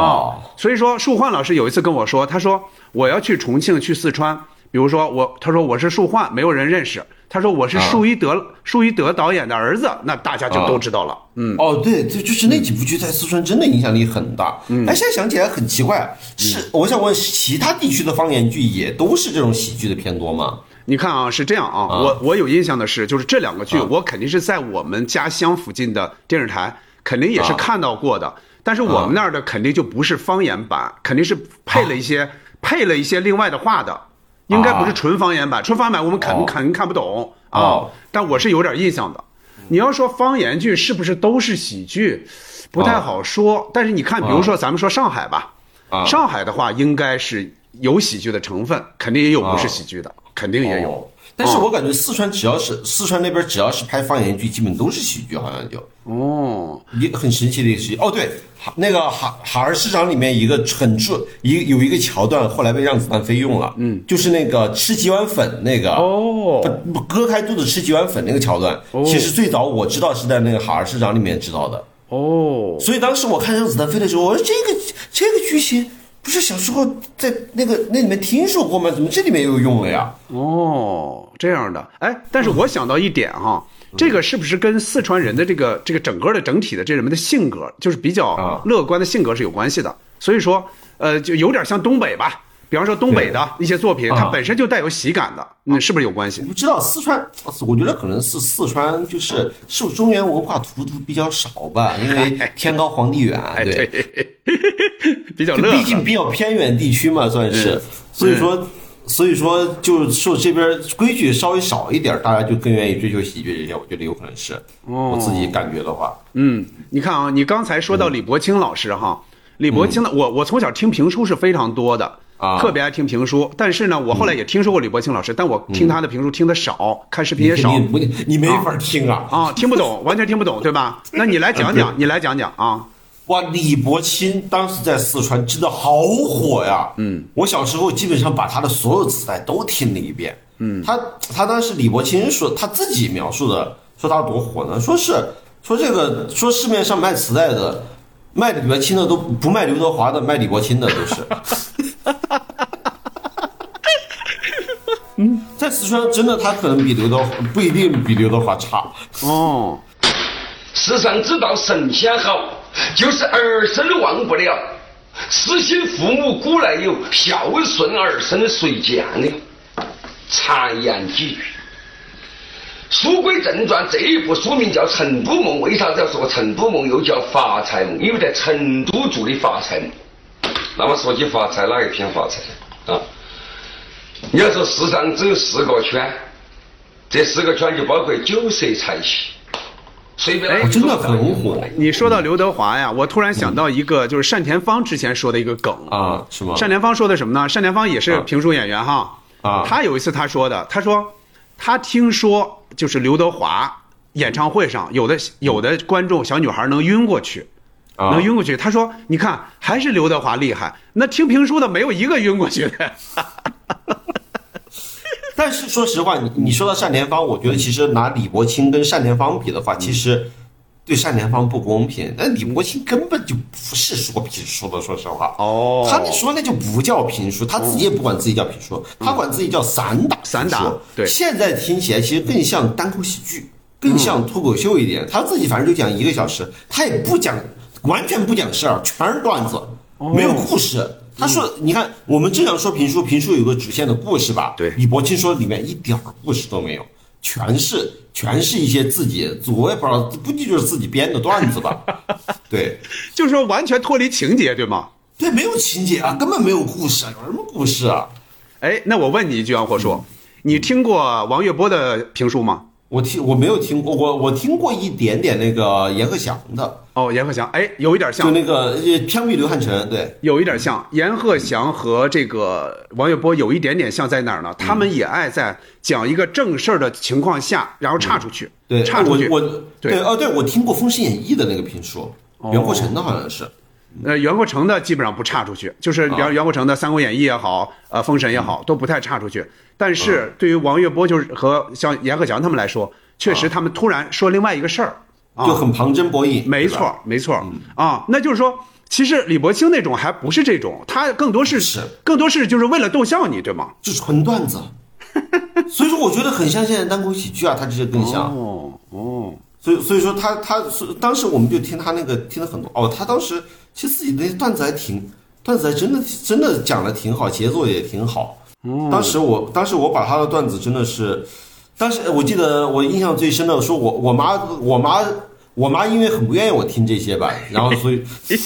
[SPEAKER 8] 啊，所以说树焕老师有一次跟我说，他说我要去重庆去四川，比如说我，他说我是树焕，没有人认识，他说我是树一德、树一德导演的儿子，那大家就都知道了。嗯，
[SPEAKER 9] 哦，对，就就是那几部剧在四川真的影响力很大。嗯，哎，现在想起来很奇怪，是、我想问，其他地区的方言剧也都是这种喜剧的偏多吗？
[SPEAKER 8] 你看啊，是这样啊，我我有印象的是，就是这两个
[SPEAKER 9] 啊
[SPEAKER 8] 剧，我肯定是在我们家乡附近的电视台，肯定也
[SPEAKER 9] 啊
[SPEAKER 8] 是看到过的。但是我们那儿的肯定就不是方言
[SPEAKER 9] 啊
[SPEAKER 8] 版，肯定是配了一些、配了一些另外的话的，应该不是纯方言版。纯方言版我们肯、
[SPEAKER 9] 哦
[SPEAKER 8] 肯定看不懂啊、
[SPEAKER 9] 哦
[SPEAKER 8] 但我是有点印象的。你要说方言剧是不是都是喜剧，不太好说。但是你看，比如说咱们说上海吧，
[SPEAKER 9] 啊
[SPEAKER 8] 上海的话应该是有喜剧的成分，肯定也有不
[SPEAKER 9] 啊
[SPEAKER 8] 是喜剧的，肯定也有。
[SPEAKER 9] 哦但是我感觉四川只要是、四川那边只要是拍方言剧，基本都是喜剧，好像就
[SPEAKER 8] 哦，
[SPEAKER 9] 也很神奇的一个事情。哦，对，哈那个哈哈尔市场里面一个很著一有一个桥段，后来被让子弹飞用了，嗯，就是那个吃几碗粉那个
[SPEAKER 8] 哦
[SPEAKER 9] 不不割开肚子吃几碗粉那个桥段，其实最早我知道是在那个哈尔市场里面知道的。
[SPEAKER 8] 哦，
[SPEAKER 9] 所以当时我看《让子弹飞》的时候，我说这个这个剧情不是小时候在那个那里面听说过吗？怎么这里面又用了呀？
[SPEAKER 8] 哦，这样的，哎，但是我想到一点哈，
[SPEAKER 9] 嗯
[SPEAKER 8] 这个是不是跟四川人的这个这个整个的整体的这人们的性格，就是比较
[SPEAKER 9] 啊
[SPEAKER 8] 乐观的性格是有关系的？所以说，呃，就有点像东北吧，比方说东北的一些作品，它
[SPEAKER 9] 啊
[SPEAKER 8] 本身就带有喜感的，嗯，是不是有关系
[SPEAKER 9] 你？不知道四川，我觉得可能是四川就是受中原文化荼毒比较少吧，因为天高皇帝远，
[SPEAKER 8] 哎，
[SPEAKER 9] 对，
[SPEAKER 8] 对，比较
[SPEAKER 9] 就
[SPEAKER 8] 乐
[SPEAKER 9] 毕
[SPEAKER 8] 呵嗯
[SPEAKER 9] 竟比较偏远地区嘛，算是，所以说。所以说就受这边规矩稍微少一点，大家就更愿意追求喜剧这些，我觉得有可能是，
[SPEAKER 8] 哦
[SPEAKER 9] 我自己感觉的话，
[SPEAKER 8] 嗯，你看啊，你刚才说到李伯清老师
[SPEAKER 9] 嗯
[SPEAKER 8] 哈，李伯清的、我我从小听评书是非常多的。
[SPEAKER 9] 啊嗯
[SPEAKER 8] 特别爱听评书，但是呢，我后来也听说过李伯清老师，但我听他的评书听的少，看视频也少
[SPEAKER 9] 你不你你没法听啊。
[SPEAKER 8] 啊，听不懂， 完全听不懂，对吧？那你来讲讲，你来讲讲啊，
[SPEAKER 9] 哇，李伯清当时在四川真的好火呀！嗯，我小时候基本上把他的所有磁带都听了一遍。嗯，他他当时李伯清说他自己描述的，说他多火呢，说是说这个说市面上卖磁带的，卖李伯清的都不卖刘德华的，卖李伯清的都是。嗯， 在四川真的他可能比刘德华不一定比刘德华差。
[SPEAKER 8] 哦，
[SPEAKER 5] 世上之道，神仙好，就是儿孙忘不了。慈心父母古来有，孝顺儿孙谁家呢？常言几句。书归正传，这一部书名叫《成都梦》。为啥子要说《成都梦》又叫《发财梦》？因为在成都做的发财梦。那么说起发财，哪一篇发财啊？你要说世上只有四个圈，这四个圈就包括酒色财气。随便来
[SPEAKER 8] 哎
[SPEAKER 9] 哎哦真的很火
[SPEAKER 8] 你说到刘德华呀，我突然想到一个，就是单田芳之前说的一个梗
[SPEAKER 9] 啊，是吗？
[SPEAKER 8] 单田芳说的什么呢？单田芳也是评书演员哈。
[SPEAKER 9] 啊
[SPEAKER 8] 他有一次他说的，他说他听说就是刘德华演唱会上有的有的观众小女孩能晕过去，
[SPEAKER 9] 啊
[SPEAKER 8] 能晕过去。他说你看还是刘德华厉害，那听评书的没有一个晕过去的。
[SPEAKER 9] 但是说实话，你你说到单田芳，我觉得其实拿李伯清跟单田芳比的话，其实对单田芳不公平。那李伯清根本就不是说评书的，说实话。
[SPEAKER 8] 哦
[SPEAKER 9] 他那说那就不叫评书，他自己也不管自己叫评书，他管自己叫散打。
[SPEAKER 8] 散打对
[SPEAKER 9] 现在听起来其实更像单口喜剧，更像脱口秀一点。他自己反正就讲一个小时，他也不讲，完全不讲事儿，全是段子，没有故事。他说：“你看，我们经常说评书，评书有个主线的故事吧？
[SPEAKER 8] 对
[SPEAKER 9] 李伯清说里面一点儿故事都没有，全是全是一些自己，我也不知道，估计就是自己编的段子吧。对
[SPEAKER 8] 就是说完全脱离情节，对吗？
[SPEAKER 9] 对，没有情节啊，根本没有故事啊，有什么故事啊？
[SPEAKER 8] 哎，那我问你一句啊，火
[SPEAKER 9] 嗯
[SPEAKER 8] 叔，你听过王玥波的评书吗？
[SPEAKER 9] 我听我没有听过，我我听过一点点那个阎鹤祥的，
[SPEAKER 8] 哦，阎鹤祥，哎，有一点像，
[SPEAKER 9] 就那个呃枪毙刘汉臣，对
[SPEAKER 8] 有一点像阎鹤祥和这个王玥波有一点点像，在哪儿呢？他们也爱在讲一个正事儿的情况下，然后岔出去，
[SPEAKER 9] 嗯对，
[SPEAKER 8] 岔出
[SPEAKER 9] 我
[SPEAKER 8] 去。
[SPEAKER 9] 我
[SPEAKER 8] 对哦
[SPEAKER 9] 对哦，对我听过《封神演义》的那个评书，袁阔成的好像是，
[SPEAKER 8] 呃，袁国成的基本上不岔出去，就是
[SPEAKER 9] 啊
[SPEAKER 8] 袁袁国成的《三国演义》也好，呃，《封神》也
[SPEAKER 9] 嗯
[SPEAKER 8] 好，都不太岔出去。但
[SPEAKER 9] 啊
[SPEAKER 8] 是对于王玥波就是和像阎鹤祥他们来说，确
[SPEAKER 9] 啊
[SPEAKER 8] 实他们突然说另外一个事儿，啊
[SPEAKER 9] 就很旁征博引，
[SPEAKER 8] 没
[SPEAKER 9] 对吧嗯
[SPEAKER 8] 错，没错、啊，那就是说，其实李伯清那种还不是这种，他更多是
[SPEAKER 9] 是
[SPEAKER 8] 更多是就是为了逗笑你，对吗？
[SPEAKER 9] 就纯段 子。所以说，我觉得很像现在单口喜剧啊，它这些更像。
[SPEAKER 8] 哦哦，
[SPEAKER 9] 所以，所以说他他所以当时我们就听他那个听了很多哦，他当时其实自己那些段子还挺段子还真的真的讲的挺好，节奏也挺好。
[SPEAKER 8] 嗯
[SPEAKER 9] 当时我当时我把他的段子真的是，当时呃我记得我印象最深的，说我我妈我妈我妈因为很不愿意我听这些吧，然后所以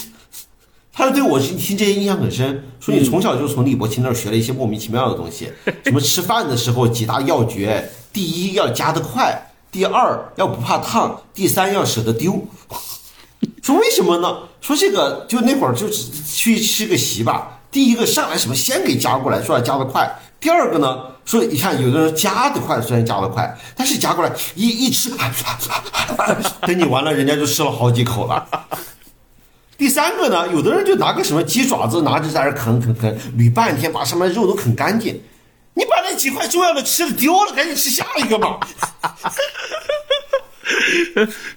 [SPEAKER 9] 他对我是听这些印象很深，说你从小就从李伯清那儿学了一些莫名其妙的东西，什么吃饭的时候几大要诀：第一要夹得快，第二要不怕烫，第三要舍得丢。 说为什么呢？说这个就那会儿就是去吃个席吧，第一个上来什么先给夹过来，说要夹得快；第二个呢，说你看有的人夹得快，虽然夹得快，但是夹过来一一吃， 等你完了，人家就吃了好几口了。第三个呢，有的人就拿个什么鸡爪子，拿着在那儿啃啃啃，捋半天，把上面肉都啃干净。你把那几块重要的吃了丢了，赶紧吃下一个 嘛。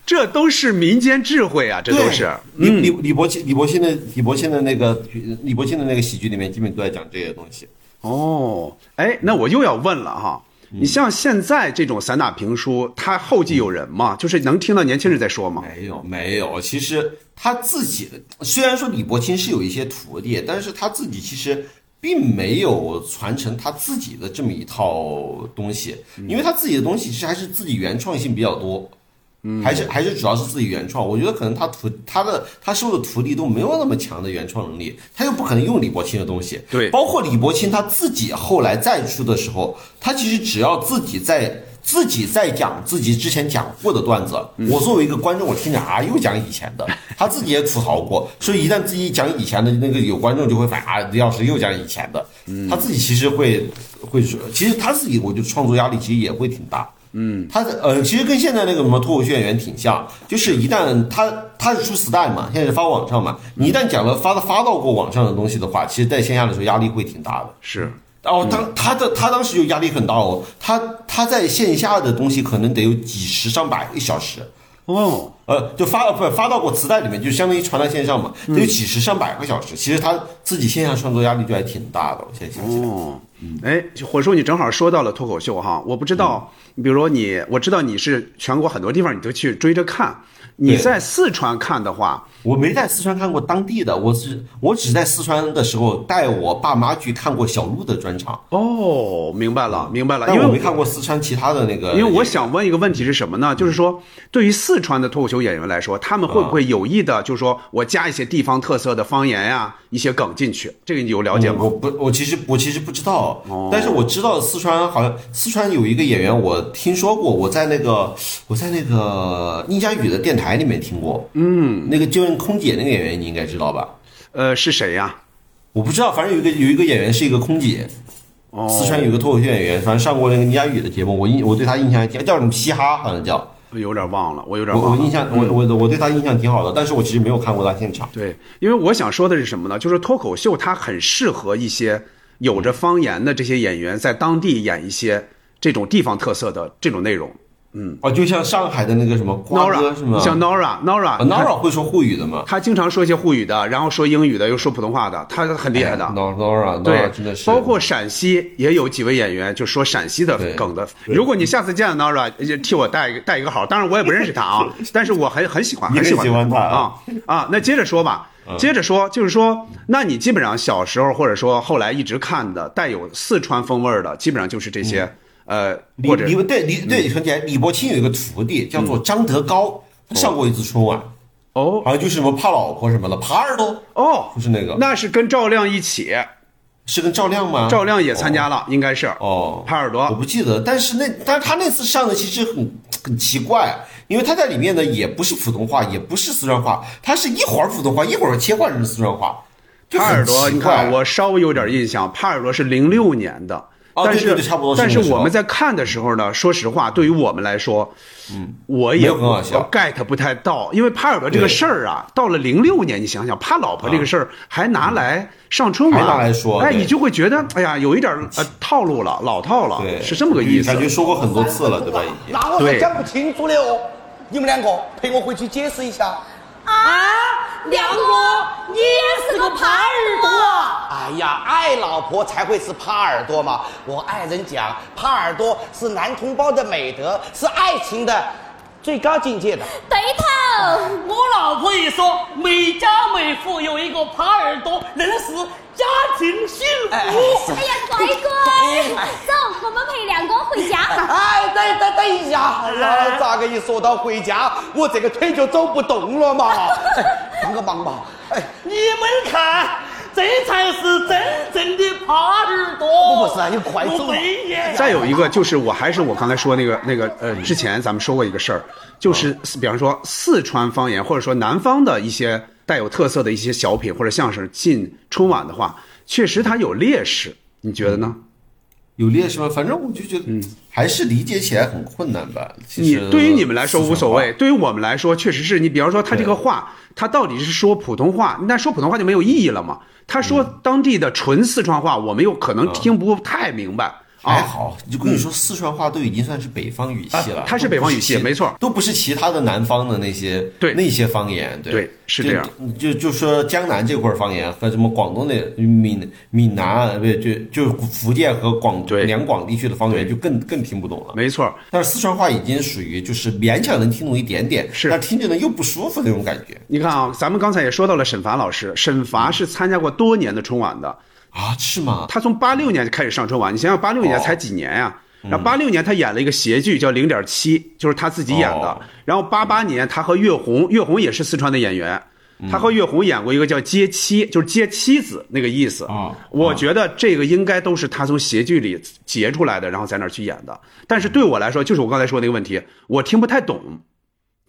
[SPEAKER 8] 这都是民间智慧啊，这
[SPEAKER 9] 对
[SPEAKER 8] 都是。
[SPEAKER 9] 李李李伯清李伯清的李伯清的那个李伯清的那个喜剧里面，基本都在讲这些东西。
[SPEAKER 8] 哦，哎，那我又要问了哈，你像现在这种散打评书，它后继有人吗？就是能听到年轻人在说吗？
[SPEAKER 9] 没哎有没有，其实他自己虽然说李伯清是有一些徒弟，但是他自己其实并没有传承他自己的这么一套东西，因为他自己的东西其实还是自己原创性比较多。嗯，还是还是主要是自己原创。我觉得可能他徒他的他收的徒弟都没有那么强的原创能力，他又不可能用李伯清的东西。
[SPEAKER 8] 对
[SPEAKER 9] 包括李伯清他自己后来再出的时候，他其实只要自己在自己在讲自己之前讲过的段子，我作为一个观众，我听着啊又讲以前的，他自己也吐槽过，说一旦自己讲以前的那个有观众就会反啊，李老师又讲以前的，他自己其实会会说，其实他自己我觉得创作压力其实也会挺大。嗯，他的呃，其实跟现在那个什么脱口秀演员挺像，就是一旦他他是出磁带嘛，现在是发网上嘛，你一旦讲了发发到过网上的东西的话，其实在线下的时候压力会挺大的。
[SPEAKER 8] 是，
[SPEAKER 9] 哦，当他的他当时就压力很大哦，他他在线下的东西可能得有几十上百个小时，
[SPEAKER 11] 哦，
[SPEAKER 9] 呃，就发不发到过磁带里面，就相当于传到线上嘛，得有几十上百个小时。其实他自己线下创作压力就还挺大的，我现在想起来。
[SPEAKER 8] 哦，哎，火叔，你正好说到了脱口秀哈，我不知道，比如说你，我知道你是全国很多地方你都去追着看，你
[SPEAKER 9] 对
[SPEAKER 8] 在四川看的话，
[SPEAKER 9] 我没在四川看过当地的，我只我只在四川的时候带我爸妈去看过小鹿的专场，
[SPEAKER 8] 哦，明白了，明白了，
[SPEAKER 9] 但
[SPEAKER 8] 因为
[SPEAKER 9] 我没看过四川其他的那个。
[SPEAKER 8] 因为我想问一个问题是什么呢？
[SPEAKER 9] 嗯
[SPEAKER 8] 就是说，对于四川的脱口秀演员来说，他们会不会有意的，就是说我加一些地方特色的方言呀、一些梗进去？这个你有了解
[SPEAKER 9] 我
[SPEAKER 8] 吗？
[SPEAKER 9] 不，我其实我其实不知道，
[SPEAKER 8] 哦
[SPEAKER 9] 但是我知道四川好像四川有一个演员，我听说过，我在那个我在那个宁佳宇的电台里面听过，嗯，那个就是空姐那个演员，你应该知道吧？
[SPEAKER 8] 呃，是谁呀、
[SPEAKER 9] 我不知道，反正有一个有一个演员是一个空姐，
[SPEAKER 8] 哦，
[SPEAKER 9] 四川有一个脱口秀演员，反正上过那个宁佳宇的节目，我印我对他印象还挺叫什么嘻哈，好像叫，
[SPEAKER 8] 有点忘了，我有点
[SPEAKER 9] 我
[SPEAKER 8] 忘
[SPEAKER 9] 我
[SPEAKER 8] 了。
[SPEAKER 9] 印象我我我对他印象挺好的，但是我其实没有看过他现场。
[SPEAKER 8] 对，因为我想说的是什么呢？就是脱口秀它很适合一些有
[SPEAKER 9] 嗯
[SPEAKER 8] 着方言的这些演员在当地演一些这种地方特色的这种内容。
[SPEAKER 9] 哦，就像上海的那个什么瓜哥是吗
[SPEAKER 8] Nora，？像 Nora，Nora，
[SPEAKER 9] 啊 Nora 会说沪语的吗？
[SPEAKER 8] 他经常说一些沪语的，然后说英语的，又说普通话的，他很厉害
[SPEAKER 9] 哎
[SPEAKER 8] 的。
[SPEAKER 9] Nora Nora
[SPEAKER 8] 对
[SPEAKER 9] Nora 真的，是，
[SPEAKER 8] 包括陕西也有几位演员就说陕西的梗的。如果你下次见到 Nora，就替我带一个带一个好，当然我也不认识他 啊， 但是我很很喜欢，
[SPEAKER 9] 你
[SPEAKER 8] 很
[SPEAKER 9] 很
[SPEAKER 8] 喜欢
[SPEAKER 9] 喜欢他嗯
[SPEAKER 8] 啊啊。那接着说吧，接着说，就是说，那你基本上小时候或者说后来一直看的带有四川风味儿的，基本上就是这些，呃，
[SPEAKER 9] 嗯李
[SPEAKER 8] 或者嗯
[SPEAKER 9] 李对李对李承前，李伯清有一个徒弟叫做张德高，他上过一次春晚，
[SPEAKER 8] 哦
[SPEAKER 9] 好像就是什么怕老婆什么的，耙耳朵
[SPEAKER 8] 哦
[SPEAKER 9] 不，是那个，啊
[SPEAKER 8] 那是跟赵亮一起，
[SPEAKER 9] 是跟赵亮吗？
[SPEAKER 8] 赵亮也参加了，应该是
[SPEAKER 9] 哦，
[SPEAKER 8] 帕尔
[SPEAKER 9] 我
[SPEAKER 8] 多。
[SPEAKER 9] 不记得，但是那但是他那次上的其实很很奇怪，啊因为他在里面呢也不是普通话，也不是四川话，他是一会儿普通话，一会儿切换成四川话，就
[SPEAKER 8] 帕
[SPEAKER 9] 很
[SPEAKER 8] 尔多，
[SPEAKER 9] 奇
[SPEAKER 8] 你
[SPEAKER 9] 怪。啊
[SPEAKER 8] 看我稍微有点印象，帕尔多是零六年的，
[SPEAKER 9] 哦
[SPEAKER 8] 但
[SPEAKER 9] 对
[SPEAKER 8] 是
[SPEAKER 9] 对对差不多是
[SPEAKER 8] 但
[SPEAKER 9] 那
[SPEAKER 8] 是
[SPEAKER 9] 个时候
[SPEAKER 8] 我们在看的时候呢，说实话，对于我们来说，嗯，我
[SPEAKER 9] 没
[SPEAKER 8] 也
[SPEAKER 9] 有很好笑
[SPEAKER 8] get 不太到，因为帕尔多这个
[SPEAKER 9] 对啊
[SPEAKER 8] 事儿啊，到了零六年，你想想，怕老婆这个事儿还拿来上春晚
[SPEAKER 9] 嗯还拿来说
[SPEAKER 8] 哎，
[SPEAKER 9] 对
[SPEAKER 8] 你就会觉得，哎呀，有一点呃套路了，老套了，
[SPEAKER 9] 对，
[SPEAKER 8] 是这么个意思
[SPEAKER 9] 感。觉说过很多次了，对吧？已经
[SPEAKER 6] 那我
[SPEAKER 8] 对
[SPEAKER 6] 可讲不清楚了哦。你们两个陪我回去解释一下。
[SPEAKER 4] 啊，梁哥，你也是个耙耳朵。
[SPEAKER 6] 哎呀，爱老婆才会是耙耳朵嘛！我爱人讲，耙耳朵是男同胞的美德，是爱情的最高境界的。
[SPEAKER 4] 对头，
[SPEAKER 1] 我老婆也说，每家每户有一个耙耳朵，能使家庭幸福。
[SPEAKER 10] 哎呀，乖乖，走，我们陪梁哥回家。
[SPEAKER 6] 哎，等等等一下，老咋啊个一说到回家，我这个腿就走不动了嘛！哎，帮个忙吧！哎，
[SPEAKER 1] 你们看，这才是真正的耙耳朵。
[SPEAKER 6] 不是啊你快走
[SPEAKER 1] 我没眼
[SPEAKER 8] 再有一个就是，我还是我刚才说那个那个呃，之前咱们说过一个事儿，就是比方说四川方言或者说南方的一些带有特色的一些小品或者相声进春晚的话，确实它有劣势，你觉得呢？
[SPEAKER 9] 嗯有劣势吗？反正我就觉得还是理解起来很困难吧。其
[SPEAKER 8] 嗯你
[SPEAKER 9] 实
[SPEAKER 8] 对于你们来说
[SPEAKER 9] 四川
[SPEAKER 8] 无所
[SPEAKER 9] 话
[SPEAKER 8] 谓，，对于我们来说确实是你，比方说他这个话，他到底是说普通话，那说普通话就没有意义了嘛？他说
[SPEAKER 9] 嗯
[SPEAKER 8] 当地的纯四川话，我们有可能听不太明白
[SPEAKER 9] 还
[SPEAKER 8] 啊。
[SPEAKER 9] 好，就跟你说，四川话都已经算是北方语系了
[SPEAKER 8] 啊。它是北方语系
[SPEAKER 9] 都不是其
[SPEAKER 8] 没错
[SPEAKER 9] 都不是其他的南方的那些
[SPEAKER 8] 对
[SPEAKER 9] 那些方言，对
[SPEAKER 8] 对是这样。
[SPEAKER 9] 就就就说江南这块方言和什么广东的闽闽南，呃不就就福建和广
[SPEAKER 8] 对
[SPEAKER 9] 两广地区的方言就更更听不懂了。
[SPEAKER 8] 没错，
[SPEAKER 9] 但是四川话已经属于就是勉强能听懂一点点，
[SPEAKER 8] 是
[SPEAKER 9] 但听着呢又不舒服那种感觉
[SPEAKER 8] 你看啊，咱们刚才也说到了沈伐老师，沈伐是参加过多年的春晚的，
[SPEAKER 9] 啊？是吗？
[SPEAKER 8] 他从八六年就开始上春晚，你想想八六年才几年呀、然后八六年他演了一个谐剧叫《零点七》，就是他自己演的
[SPEAKER 11] 哦。
[SPEAKER 8] 然后八八年他和岳红，岳红也是四川的演员，他和岳红演过一个叫《接妻》，就是接妻子那个意思。
[SPEAKER 11] 啊
[SPEAKER 8] 我觉得这个应该都是他从谐剧里截出来的，然后在那儿去演的。但是对我来说，就是我刚才说那个问题，我听不太懂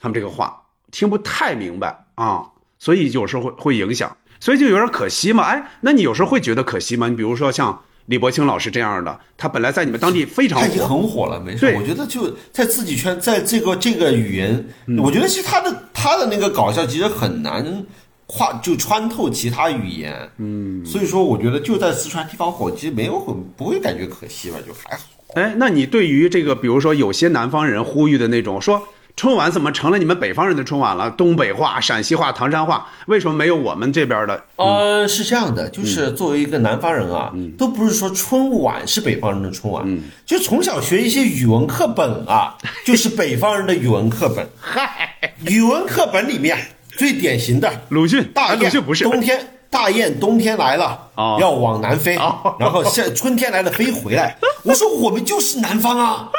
[SPEAKER 8] 他们这个话，听不太明白啊，所以有时候会会影响，所以就有点可惜嘛。哎，那你有时候会觉得可惜吗？你比如说像李伯清老师这样的，他本来在你们当地非常
[SPEAKER 9] 他已经
[SPEAKER 8] 火，
[SPEAKER 9] 很火了，没事
[SPEAKER 8] 对。
[SPEAKER 9] 我觉得就在自己圈，在这个这个语言，
[SPEAKER 8] 嗯
[SPEAKER 9] 我觉得其实他的他的那个搞笑其实很难跨就穿透其他语言。嗯，所以说我觉得就在四川地方火，其实没有很不会感觉可惜吧，就还好。
[SPEAKER 8] 哎，那你对于这个，比如说有些南方人呼吁的那种说。春晚怎么成了你们北方人的春晚了？东北话、陕西话、唐山话，为什么没有我们这边的？
[SPEAKER 9] 呃，是这样的，
[SPEAKER 8] 嗯
[SPEAKER 9] 就是作为一个南方人啊，都不是说春晚是北方人的春晚，
[SPEAKER 8] 嗯
[SPEAKER 9] 就从小学一些语文课本 啊，就是北方人的语文课本。嗨，语文课本里面最典型的
[SPEAKER 8] 鲁迅，
[SPEAKER 9] 大
[SPEAKER 8] 哎鲁
[SPEAKER 9] 雁
[SPEAKER 8] 迅不是
[SPEAKER 9] 冬天，大雁冬天来了，
[SPEAKER 8] 哦
[SPEAKER 9] 要往南飞，
[SPEAKER 8] 哦
[SPEAKER 9] 然后夏春天来了飞 回来。我说我们就是南方啊，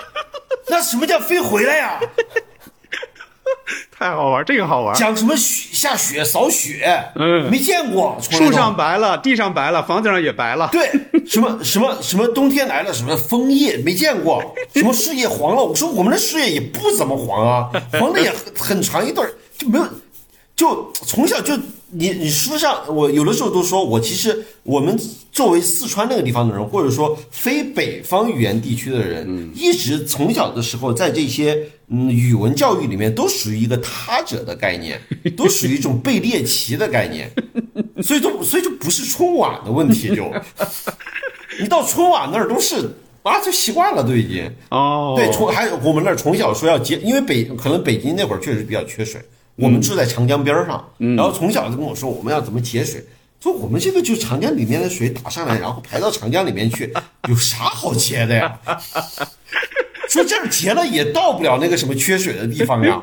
[SPEAKER 9] 那什么叫飞回来呀、
[SPEAKER 8] 太好玩，这个好玩。
[SPEAKER 9] 讲什么雪下雪扫雪，
[SPEAKER 8] 嗯
[SPEAKER 9] 没见过，从来
[SPEAKER 8] 树
[SPEAKER 9] 都
[SPEAKER 8] 上白了，地上白了，房子上也白了。
[SPEAKER 9] 对，什么什么什么冬天来了，什么枫叶没见过，什么树叶黄了。我说我们的树叶也不怎么黄啊，黄的也很很长一段儿，就没有，就从小就你你书上，我有的时候都说我其实我们作为四川那个地方的人，或者说非北方语言地区的人，一直从小的时候在这些嗯语文教育里面都属于一个他者的概念，都属于一种被猎奇的概念。所以就所以就不是春晚的问题，就你到春晚那儿都是啊，就习惯了都已经。
[SPEAKER 8] 哦，
[SPEAKER 9] 对，从还有我们那儿从小说要节，因为北可能北京那会儿确实比较缺水，我们住在长江边儿上，然后从小就跟我说我们要怎么节水。说我们这个就长江里面的水打上来，然后排到长江里面去，有啥好节的呀？ 说这儿节了也到不了那个什么缺水的地方呀。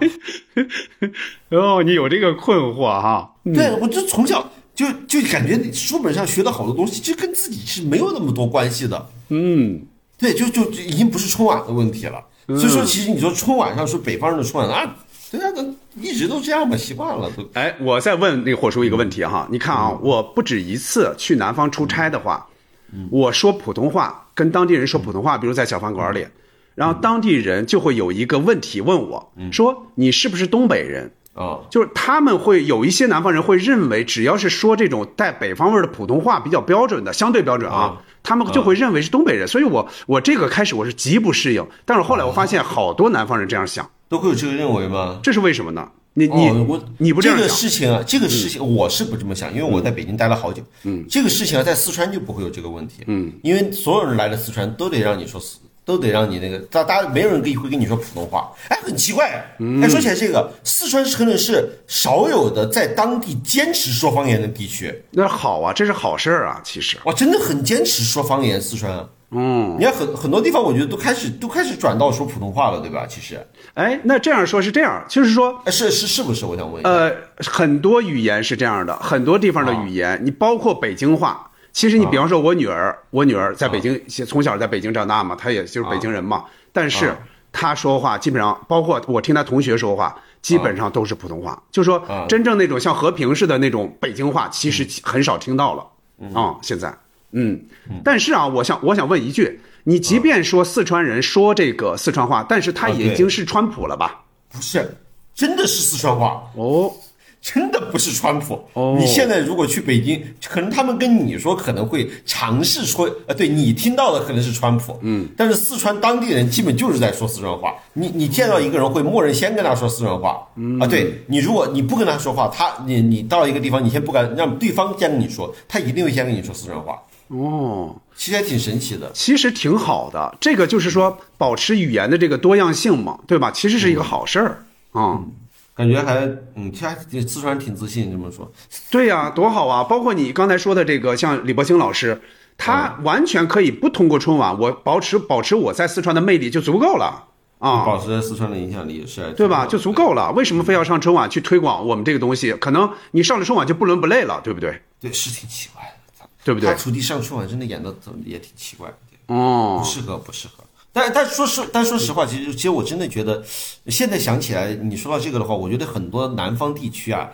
[SPEAKER 8] 哦，你有这个困惑哈、
[SPEAKER 9] 对，我就从小就就感觉书本上学的好多东西，就跟自己是没有那么多关系的。
[SPEAKER 8] 嗯，
[SPEAKER 9] 对，就就就已经不是春晚的问题了。所以说，其实你说春晚上说北方人的春晚啊，对啊，那一直都这样吧，习惯了都。
[SPEAKER 8] 哎，我再问那个火叔一个问题哈，你看啊，我不止一次去南方出差的话，我说普通话，跟当地人说普通话，比如在小饭馆里，然后当地人就会有一个问题问我，说你是不是东北人？
[SPEAKER 9] 啊、
[SPEAKER 8] 就是他们会有一些南方人会认为，只要是说这种带北方味儿的普通话比较标准的，相对标准啊，他们就会认为是东北人。所以我我这个开始我是极不适应，但是后来我发现好多南方人这样想，
[SPEAKER 9] 都会有这个认为吗？
[SPEAKER 8] 这是为什么呢？你你、
[SPEAKER 9] 哦、我
[SPEAKER 8] 你不这
[SPEAKER 9] 这
[SPEAKER 8] 样
[SPEAKER 9] 个
[SPEAKER 8] 想嗯
[SPEAKER 9] 事情啊，这个事情我是不这么想，因为我在北京待了好久。嗯，这个事情啊，在四川就不会有这个问题。嗯，因为所有人来了四川都得让你说四，都得让你那个，大大家没有人跟会跟你说普通话。哎，很奇怪。
[SPEAKER 8] 嗯
[SPEAKER 9] 哎，说起来这个，四川可能是少有的在当地坚持说方言的地区。
[SPEAKER 8] 那好啊，这是好事儿啊，其实
[SPEAKER 9] 哇，真的很坚持说方言，四川啊。
[SPEAKER 8] 嗯，
[SPEAKER 9] 你看很很多地方，我觉得都开始都开始转到说普通话了，对吧？其实，
[SPEAKER 8] 哎，那这样说是这样，就是说。
[SPEAKER 9] 哎，是是是不是？我想问一下。
[SPEAKER 8] 呃，很多语言是这样的，很多地方的语言，你包括北京话。其实你比方说，我女儿，我女儿在北
[SPEAKER 9] 啊
[SPEAKER 8] 京，从小在北京长大嘛，她也就是北京人嘛。但是
[SPEAKER 9] 啊
[SPEAKER 8] 她说话基本上，包括我听她同学说话，基本上都是普通
[SPEAKER 9] 啊
[SPEAKER 8] 话。就说真正那种像和平似的那种北京话，其
[SPEAKER 9] 嗯
[SPEAKER 8] 实很少听到了啊。现在，嗯，但是啊，我想我想问一句，你即便说四川人说这个四川话，但是他
[SPEAKER 9] 啊
[SPEAKER 8] 也已
[SPEAKER 9] 对
[SPEAKER 8] 经是川普了吧？
[SPEAKER 9] 不是，真的是四川话，
[SPEAKER 8] 哦，
[SPEAKER 9] 真的不是川普。
[SPEAKER 8] 哦
[SPEAKER 9] 你现在如果去北京，可能他们跟你说可能会尝试说，呃，对你听到的可能是川普，嗯，但是四川当地人基本就是在说四川话。你你见到一个人会默认先跟他说四川话，嗯啊，对你如果你不跟他说话，他你你到一个地方，你先不敢让对方先跟你说，他一定会先跟你说四川话，
[SPEAKER 8] 哦。
[SPEAKER 9] 其实还挺神奇的。
[SPEAKER 8] 其实挺好的，这个就是说保持语言的这个多样性嘛，对吧？其实是一个好事儿啊、
[SPEAKER 9] 感觉还，嗯，其实还挺四川挺自信，这么说，
[SPEAKER 8] 对呀、多好啊！包括你刚才说的这个，像李伯清老师，他完全可以不通过春晚，我保持保持我在四川的魅力就足够了啊。
[SPEAKER 9] 保持在四川的影响力也是还挺
[SPEAKER 8] 对吧？
[SPEAKER 9] 好的
[SPEAKER 8] 就足够了。为什么非要上春晚去推广我们这个东西？可能你上了春晚就不伦不类了，对不对？
[SPEAKER 9] 对，是挺奇怪的，
[SPEAKER 8] 对不对
[SPEAKER 9] 啊他徒弟上春晚真的演的也挺奇怪的，
[SPEAKER 8] 哦
[SPEAKER 9] 不，适合，不适合。但但说实但说实话，其实其实我真的觉得，现在想起来，你说到这个的话，我觉得很多南方地区啊，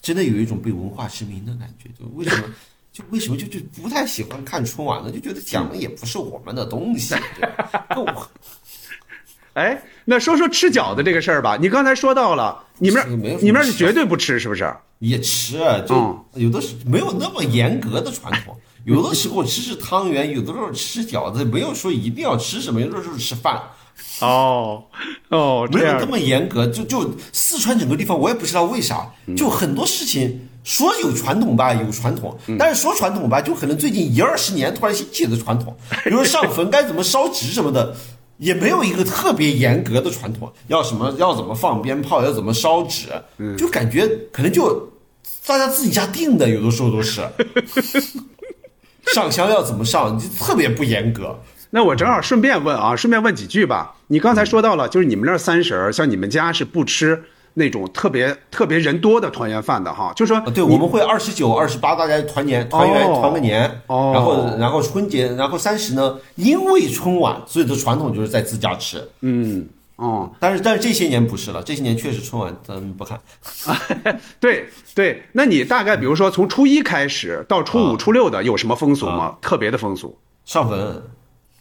[SPEAKER 9] 真的有一种被文化殖民的感觉，就为什么？ 就为什么就就不太喜欢看春晚呢？就觉得讲的也不是我们的东西，对吧 那我
[SPEAKER 8] 哎，那说说吃饺子这个事儿吧。你刚才说到了，你们
[SPEAKER 9] 没
[SPEAKER 8] 那
[SPEAKER 9] 有什么
[SPEAKER 8] 你们那是绝对不吃，是不是？
[SPEAKER 9] 也吃，就有的是没有那么严格的传统，有的时候吃吃汤圆，有的时候吃饺子，没有说一定要吃什么，有的时候吃饭，
[SPEAKER 8] 哦哦，
[SPEAKER 9] 没
[SPEAKER 8] 这
[SPEAKER 9] 有
[SPEAKER 8] 样
[SPEAKER 9] 那么严格。就就四川整个地方，我也不知道为啥，
[SPEAKER 8] 嗯
[SPEAKER 9] 就很多事情说有传统吧，有传统，
[SPEAKER 8] 嗯
[SPEAKER 9] 但是说传统吧，就可能最近一二十年突然兴起的传 统，比如说上坟该怎么烧纸什么的。也没有一个特别严格的传统，要什么要怎么放鞭炮，要怎么烧纸，
[SPEAKER 8] 嗯
[SPEAKER 9] 就感觉可能就大家自己家定的，有的时候 都是上香要怎么上，就特别不严格。
[SPEAKER 8] 那我正好顺便问啊，顺便问几句吧。你刚才说到了，就是你们那儿三十儿，像你们家是不吃那种特别特别人多的团圆饭的哈，就说
[SPEAKER 9] 啊对，
[SPEAKER 8] 你
[SPEAKER 9] 我们会二十九、二十八，大家团年团圆、
[SPEAKER 8] 哦
[SPEAKER 9] 团个年，
[SPEAKER 8] 哦
[SPEAKER 9] 然后然后春节，然后三十呢，因为春晚，所以的传统就是在自家吃。
[SPEAKER 8] 嗯哦，
[SPEAKER 9] 但是但是这些年不是了，这些年确实春晚咱们不看。
[SPEAKER 8] 对对，那你大概比如说从初一开始到初
[SPEAKER 9] 啊
[SPEAKER 8] 五、初六的有什么风俗吗？特别的风俗？
[SPEAKER 9] 上坟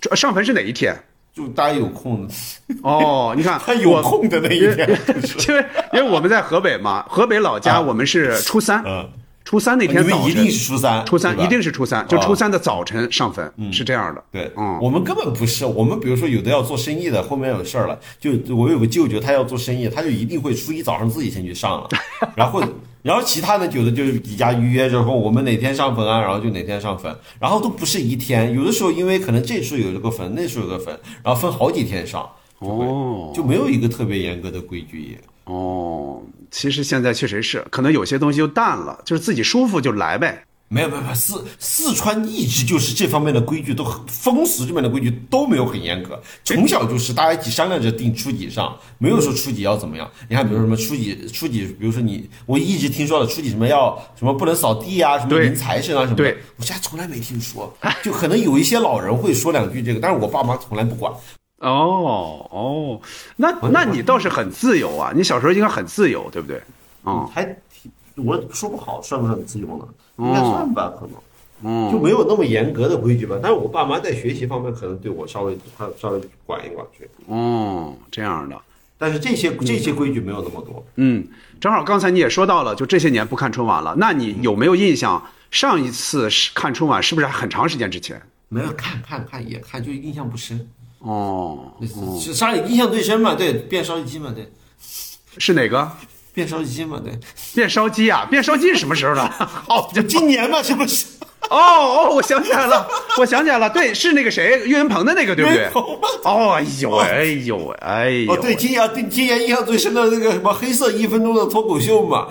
[SPEAKER 8] 这上坟是哪一天？
[SPEAKER 9] 就大家有空，
[SPEAKER 8] 哦，你看
[SPEAKER 9] 他有
[SPEAKER 8] 我
[SPEAKER 9] 空的那一天，
[SPEAKER 8] 因为因为我们 在河北嘛，河北老家我们是初三，
[SPEAKER 9] 嗯，
[SPEAKER 8] 初三那
[SPEAKER 9] 你
[SPEAKER 8] 天早
[SPEAKER 9] 们
[SPEAKER 8] 晨，
[SPEAKER 9] 一定是初三，
[SPEAKER 8] 初三
[SPEAKER 9] 对吧
[SPEAKER 8] 一定是初三，就
[SPEAKER 9] 啊
[SPEAKER 8] 初三的早晨上坟是这样的。
[SPEAKER 9] 对，
[SPEAKER 8] 嗯
[SPEAKER 9] 我们根本不是，我们比如说有的要做生意的，后面有事儿了，就就我有个舅舅，他要做生意，他就一定会初一早上自己先去 上了，然后然后其他的有的就是底下预约，就是说我们哪天上坟啊，然后就哪天上坟，然后都不是一天，有的时候因为可能这处有一个坟，那处有个坟，然后分好几天上，
[SPEAKER 8] 哦
[SPEAKER 9] 就没有一个特别严格的规矩也。
[SPEAKER 8] 哦，其实现在确实是，可能有些东西就淡了，就是自己舒服就来呗。
[SPEAKER 9] 没有没有没有，四四川一直就是这方面的规矩都很风俗这边的规矩都没有很严格，从小就是大家一起商量着定初几上，没有说初几要怎么样。你看，比如说什么初几初几，比如说你我一直听说的初几什么要什么不能扫地啊，什么
[SPEAKER 8] 对
[SPEAKER 9] 迎财神啊什么的
[SPEAKER 8] 对，
[SPEAKER 9] 我家从来没听说，就可能有一些老人会说两句这个，但是我爸妈从来不管。
[SPEAKER 8] 哦哦，那那你倒是很自由啊，你小时候应该很自由，对不对？嗯
[SPEAKER 9] 还挺我说不好算不算自由呢？
[SPEAKER 8] 应该算
[SPEAKER 9] 吧，可能。就
[SPEAKER 8] 嗯，
[SPEAKER 9] 没有那么严格的规矩吧。但是我爸妈在学习方面可能对我稍微他稍微管一管去，
[SPEAKER 8] 哦，这样的。
[SPEAKER 9] 但是这些这些规矩没有那么多。
[SPEAKER 8] 嗯，正好刚才你也说到了，就这些年不看春晚了，那你有没有印象？上一次是看春晚是不是还很长时间之前？
[SPEAKER 9] 没有看看看也看，就印象不深。
[SPEAKER 8] 哦，
[SPEAKER 9] 是啥印象最深嘛？对，变烧鸡鸡嘛？对，
[SPEAKER 8] 是哪个？
[SPEAKER 9] 变烧鸡鸡嘛？对，
[SPEAKER 8] 变烧鸡啊？变烧鸡是什么时候的？哦，
[SPEAKER 9] 就今年嘛，是不是？
[SPEAKER 8] 哦哦，我想起来了，我想起来了，对，是那个谁，岳云鹏的那个，对不
[SPEAKER 9] 岳
[SPEAKER 8] 对
[SPEAKER 9] 云鹏？
[SPEAKER 8] 哦，哎呦喂，哎呦喂，哎呦
[SPEAKER 9] 哦
[SPEAKER 8] 喂，，
[SPEAKER 9] 对，今年对今年印象最深的那个什么黑色一分钟的脱口秀嘛，